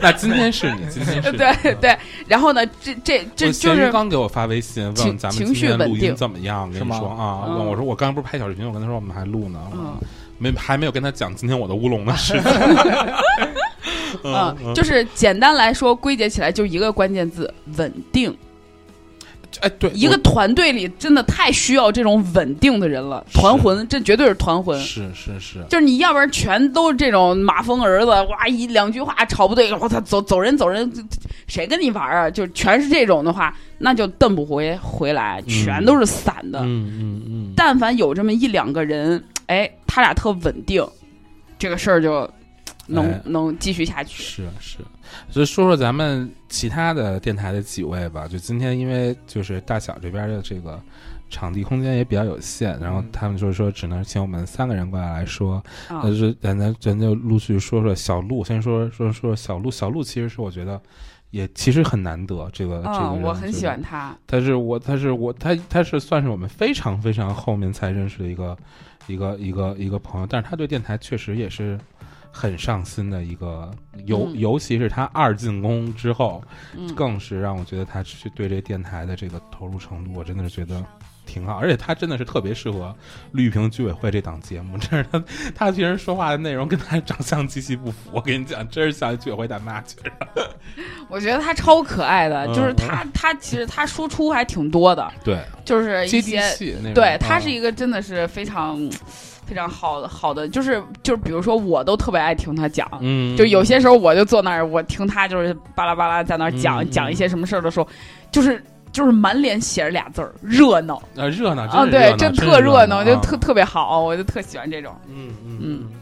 那今天是你，今天是你对。对，然后呢，这这这就我咸鱼是刚给我发微信情问咱们情今绪天稳录音定怎么样，我跟是你吗说啊，嗯问我说我刚不是拍小视频，我跟他说我们还录呢，嗯没还没有跟他讲今天我的乌龙的事情， 嗯嗯，就是简单来说归结起来就一个关键字稳定。哎对，一我个团队里真的太需要这种稳定的人了，是团魂，这绝对是团魂。是是是，就是你要不然全都是这种马蜂儿子，哇一两句话吵不对，我操走走人走人，谁跟你玩儿啊？就全是这种的话，那就蹬不回回来，全都是散的。嗯嗯但凡有这么一两个人，哎，他俩特稳定，这个事儿就能、哎能继续下去。是是，所以说说咱们其他的电台的几位吧。就今天因为就是大小这边的这个场地空间也比较有限，然后嗯他们就是说只能请我们三个人过来来说。啊那就是咱咱咱就陆续说说小鹿，先说说说小鹿。小鹿其实是我觉得也其实很难得，这个、这个嗯，人我很喜欢他。他。但是我他是我他他是算是我们非常非常后面才认识的一个一个一个一个朋友，但是他对电台确实也是很上心的一个，尤、嗯尤其是他二进宫之后，嗯，更是让我觉得他去对这电台的这个投入程度，我真的是觉得挺好，而且他真的是特别适合绿屏居委会这档节目，真是他他平时说话的内容跟他长相极其不符，我跟你讲，真是像居委会大妈去了。我觉得他超可爱的，嗯就是他他其实他输出还挺多的，对，就是接一地些气嗯那种。啊对他是一一个真的是非常非常好的好的，就是就是比如说我都特别爱听他讲。嗯，就有些时候我就坐那儿，我听他就是巴拉巴拉在那儿讲、嗯嗯讲一些什么事儿的时候，就是就是满脸写着俩字儿热闹呃热闹啊，是对，真是特热闹，就啊特特别好，我就特喜欢这种。嗯嗯嗯嗯。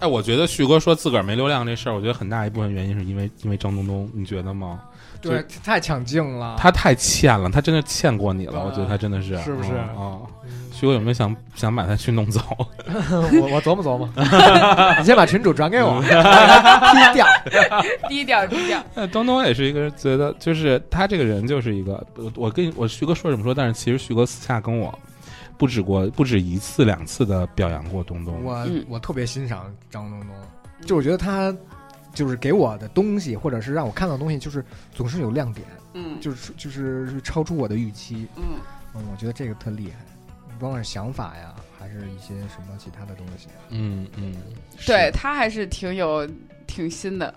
哎，我觉得旭哥说自个儿没流量这事儿，我觉得很大一部分原因是因为因为张东东，你觉得吗？对，太抢镜了。他太欠了，他真的欠过你了，啊我觉得他真啊的是，是不是啊、嗯嗯旭哥有没有想想把他去弄 走？ 我我琢磨琢磨，你先把群主转给 我，踢掉。低调低调，那哎东东也是一个觉得，就是他这个人就是一个，我我跟我旭哥说什么说，但是其实旭哥私下跟我不止过不止一次两次的表扬过东东。我嗯我特别欣赏张东东，就我觉得他就是给我的东西，或者是让我看到的东西，就是总是有亮点，嗯就是就是超出我的预期。嗯，嗯，我觉得这个特厉害，不光是想法呀，还是一些什么其他的东西。啊 嗯嗯，对他还是挺有挺新的。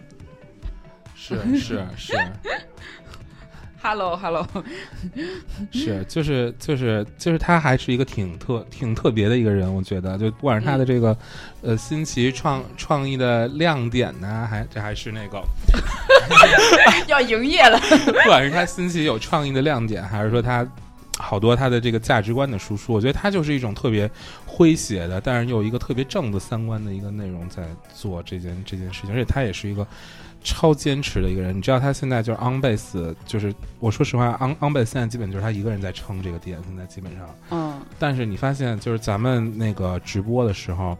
是是是 Hello Hello，是，就是就是就是他还是一个挺特挺特别的一个人，我觉得，就不管是他的这个、呃新奇创创意的亮点呐、还这还是那个 要营业了。不管是他新奇有创意的亮点，还是说他好多他的这个价值观的输出，我觉得他就是一种特别诙谐的，但是又有一个特别正的三观的一个内容在做这件这件事情，而且他也是一个超坚持的一个人。你知道他现在就是 on base，就是我说实话，on on base 现在基本就是他一个人在撑这个店，现在基本上。嗯但是你发现就是咱们那个直播的时候，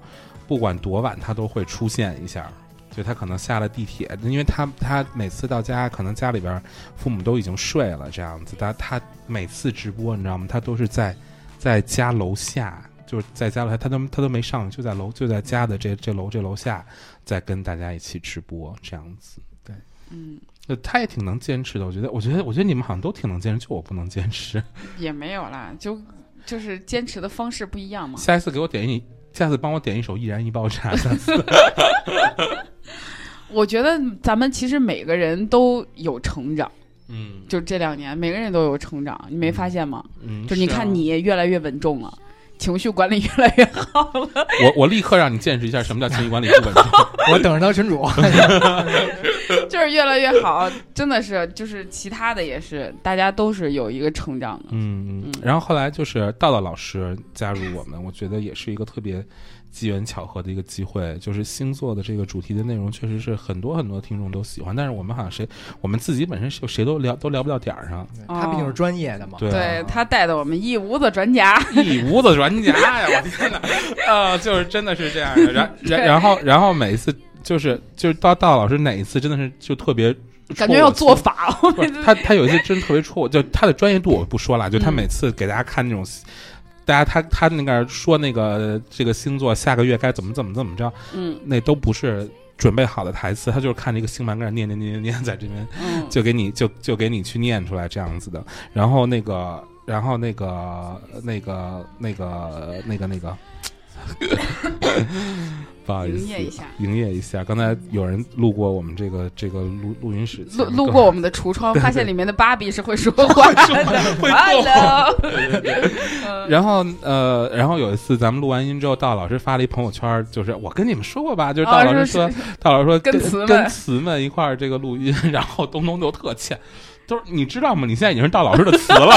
不管多晚，他都会出现一下。就他可能下了地铁，因为他他每次到家，可能家里边父母都已经睡了，这样子。他他每次直播，你知道吗？他都是在在家楼下，就是在家楼下，他都他都没上，就在楼就在家的这这楼这楼下，在跟大家一起直播这样子。嗯，呃，他也挺能坚持的，我觉得，我觉得，我觉得你们好像都挺能坚持，就我不能坚持。也没有啦，就就是坚持的方式不一样嘛。下一次给我点一，下次帮我点一首《易燃易爆炸》下次。我觉得咱们其实每个人都有成长，嗯，就这两年每个人都有成长，你没发现吗？嗯就是你啊看你越来越稳重了。情绪管理越来越好了， 我我立刻让你见识一下什么叫情绪管理不 稳重。我等着当群主。哦就是越来越好，真的是，就是其他的也是，大家都是有一个成长的。嗯嗯，然后后来就是道道老师加入我们，我觉得也是一个特别机缘巧合的一个机会。就是星座的这个主题的内容，确实是很多很多听众都喜欢，但是我们好像谁我们自己本身是谁都聊都聊不到点儿上。他毕竟是专业的嘛。对啊对他带的我们一屋子转夹，一屋子软夹呀！我天哪，啊，就是真的是这样 的。然然然后然后每一次就是就是道道老师哪一次真的是就特别感觉要做做法。我不是他，他有一些真特别戳我，就他的专业度我不说了，就他嗯每次给大家看那种，大家他他那个说那个这个星座下个月该怎么怎么怎么着，嗯那都不是准备好的台词，他就是看着一个星盘跟那念念念念念，在这边嗯，就给你就就给你去念出来这样子的，然后那个然后那个那个那个那个那个， 不好意营思，业一下，营业一下，刚才有人路过我们这个这个录录音室前，路路刚过我们的橱窗，发现里面的芭比是会说话的。会 动。 Hello，然后呃，然后有一次咱们录完音之后，道老师发了一朋友圈，就是我跟你们说过吧，就是道哦老师是说，道老师说跟跟词们跟词们一块儿这个录音， 然后东东就特欠，都是你知道吗？你现在已经是道老师的词 了。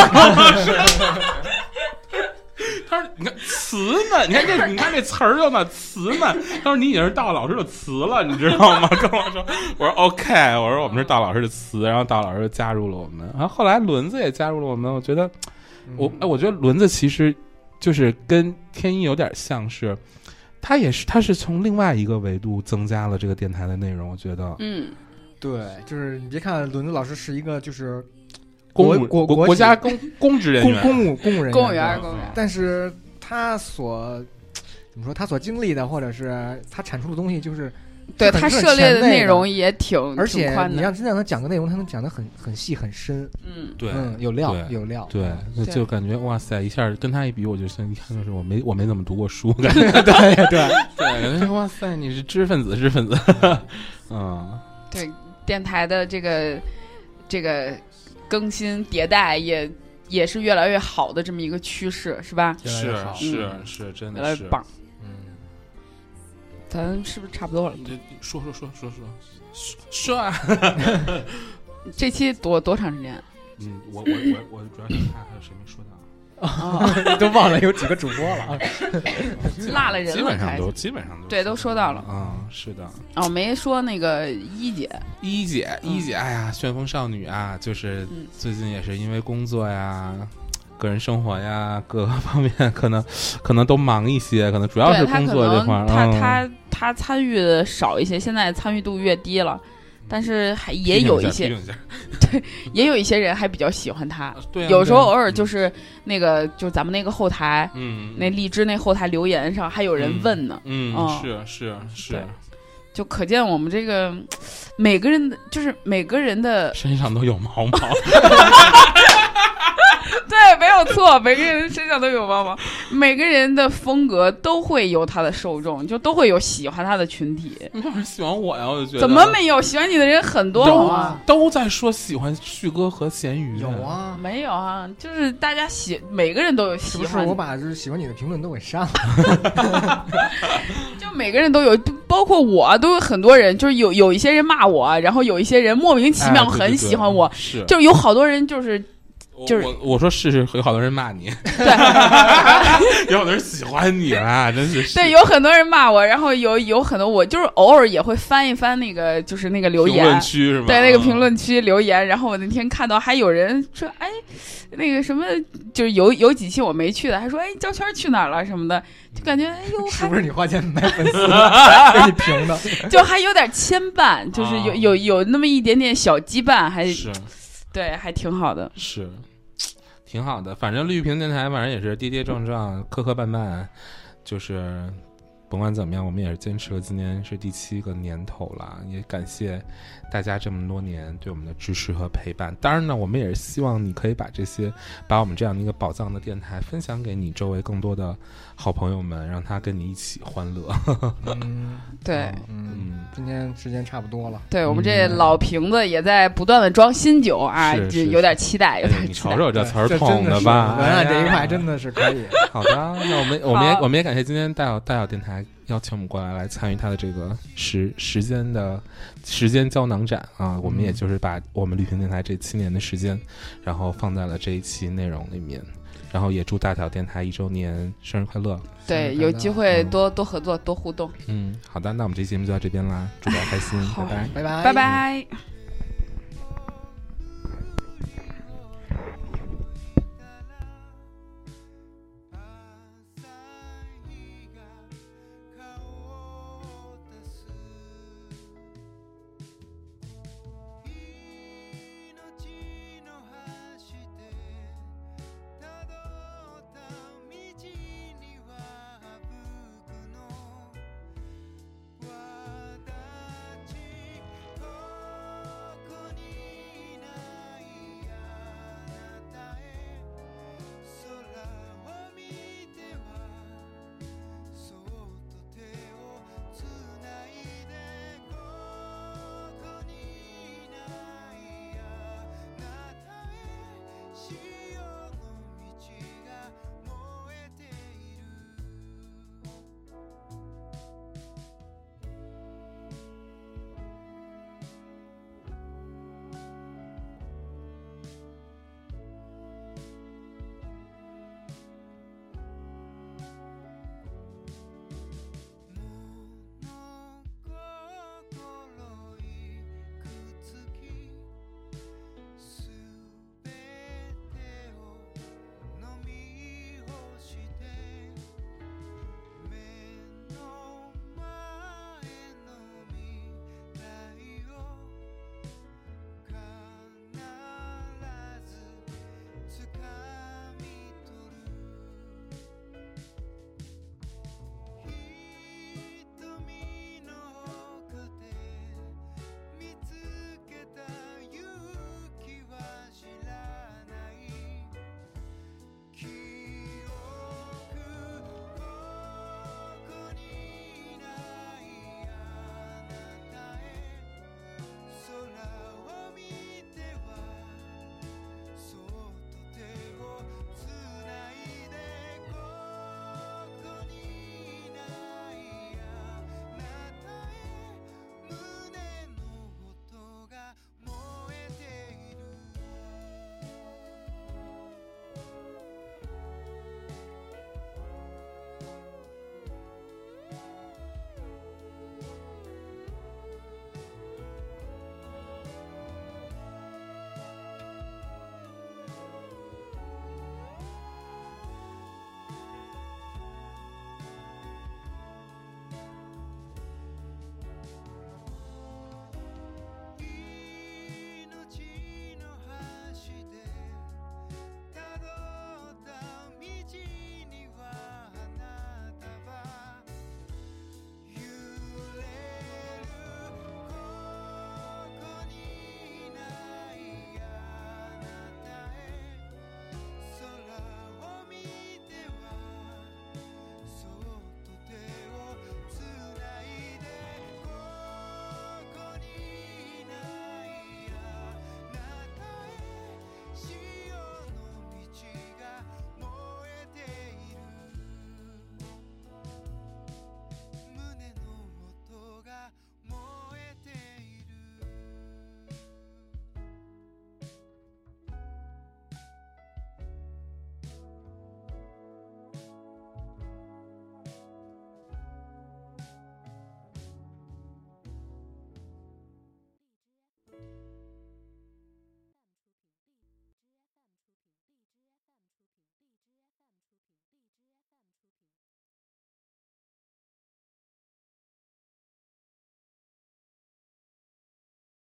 他说：“你看 词们，你看这，你看这词儿就嘛词们。”他说：“你已经是道老师的词了，你知道吗？”跟我说，我说 OK，我说我们是道老师的词，然后道老师就加入了我们，然后后来轮子也加入了我们，我觉得嗯嗯我哎，我觉得轮子其实就是跟天一有点像是，他也是他是从另外一个维度增加了这个电台的内容，我觉得嗯，对，就是你别看轮子老师是一个就是公国务国国国国家家公公职人公员公务公务人员，公务员对公务员，但是他所怎么说，他所经历的或者是他产出的东西，就是对是很他是很涉猎前的卫内容也挺而挺且宽你的让，真正他讲个内容，他能讲得很很细很深，嗯，对嗯，有料对有料，嗯对，就对就感觉哇塞，一下跟他一比，我就像一看就是我没我没怎么读过 书，感觉对对对， 对，感觉哇塞，你是知识分子，知识分子， 嗯，对电台的这个这个更新迭代也也是越来越好的这么一个趋势，是吧？越来越好 是是，真越来越棒，嗯，咱是不是差不多了？这说说说说说说啊！这期多多长时间？嗯，我我我我主要是看还有谁没说到，啊，都忘了有几个主播了 啊，落了人了基本上开都始基本上都对都说到了嗯，是的，哦，没说那个一姐，一姐一姐，哎呀，旋风少女啊，就是嗯最近也是因为工作呀。个人生活呀，各个方面可能可能都忙一些，可能主要对是她工可作这块儿。能她嗯她她参与的少一些，现在参与度越低了。嗯但是还也有一些，批评下也有一些人还比较喜欢她。批评下对啊，有时候偶尔对啊就是那个，就是咱们那个后台，嗯，那荔枝那后台留言上还有人问呢，嗯哦是是是对，就可见我们这个每个人的，就是每个人的，身上都有毛毛，对，没有错，每个人身上都有猫毛，每个人的风格都会有他的受众，就都会有喜欢他的群体。没有人 喜欢我呀，我就觉得怎么没有喜欢你的人很多好都啊吗？都在说喜欢旭哥和咸鱼，有，啊。没有啊，就是大家喜每个人都有是喜不是欢我的，把就是喜欢你的评论都给 删了？就每个人都有，包括我都有很多人，就是有有一些人骂我，啊然后有一些人莫名其妙哎对很对喜对欢我，是就是有好多人就是就是我我我说是是，有好多人骂你， 有好多人喜欢你啦，真是对，有很多人骂我，然后有有很多我就是偶尔也会翻一翻那个就是那个留评论言，区是吧？在那个评论区留言，然后我那天看到还有人说，哎，那个什么，就是有有几期我没去的，还说哎焦圈去哪儿了什么的，就感觉哎呦是还不是你花钱买粉丝 的给你评的？ 就还有点牵绊，就是有、啊有有那么一点点小羁绊，还嗯是对还挺好的，是。挺好的，反正绿屏电台，反正也是跌跌撞撞、磕磕绊绊，就是甭管怎么样，我们也是坚持了，今年是第七个年头了，也感谢大家这么多年对我们的支持和陪伴。当然呢，我们也是希望你可以把这些，把我们这样的一个宝藏的电台分享给你周围更多的好朋友们，让他跟你一起欢乐。嗯对。嗯，嗯，今天时间差不多了，对我们这老瓶子也在不断的装新酒啊，是就是有点期待，有哎点你期瞅待。瞅这词儿对捅真的是吧，文案哎呀这一块真的是可以。好的，那我 们我们也好我们也感谢今天大小大小电台邀请我们过来来参与他的这个时时间的时间胶囊展啊，我们也就是把我们绿屏电台这七年的时间，然后放在了这一期内容里面，然后也祝大小电台一周年生日快乐。对，嗯有机会嗯多多合作，多互动。嗯，好的，那我们这期节目就到这边啦，祝大家开心，拜拜。拜拜，拜。拜。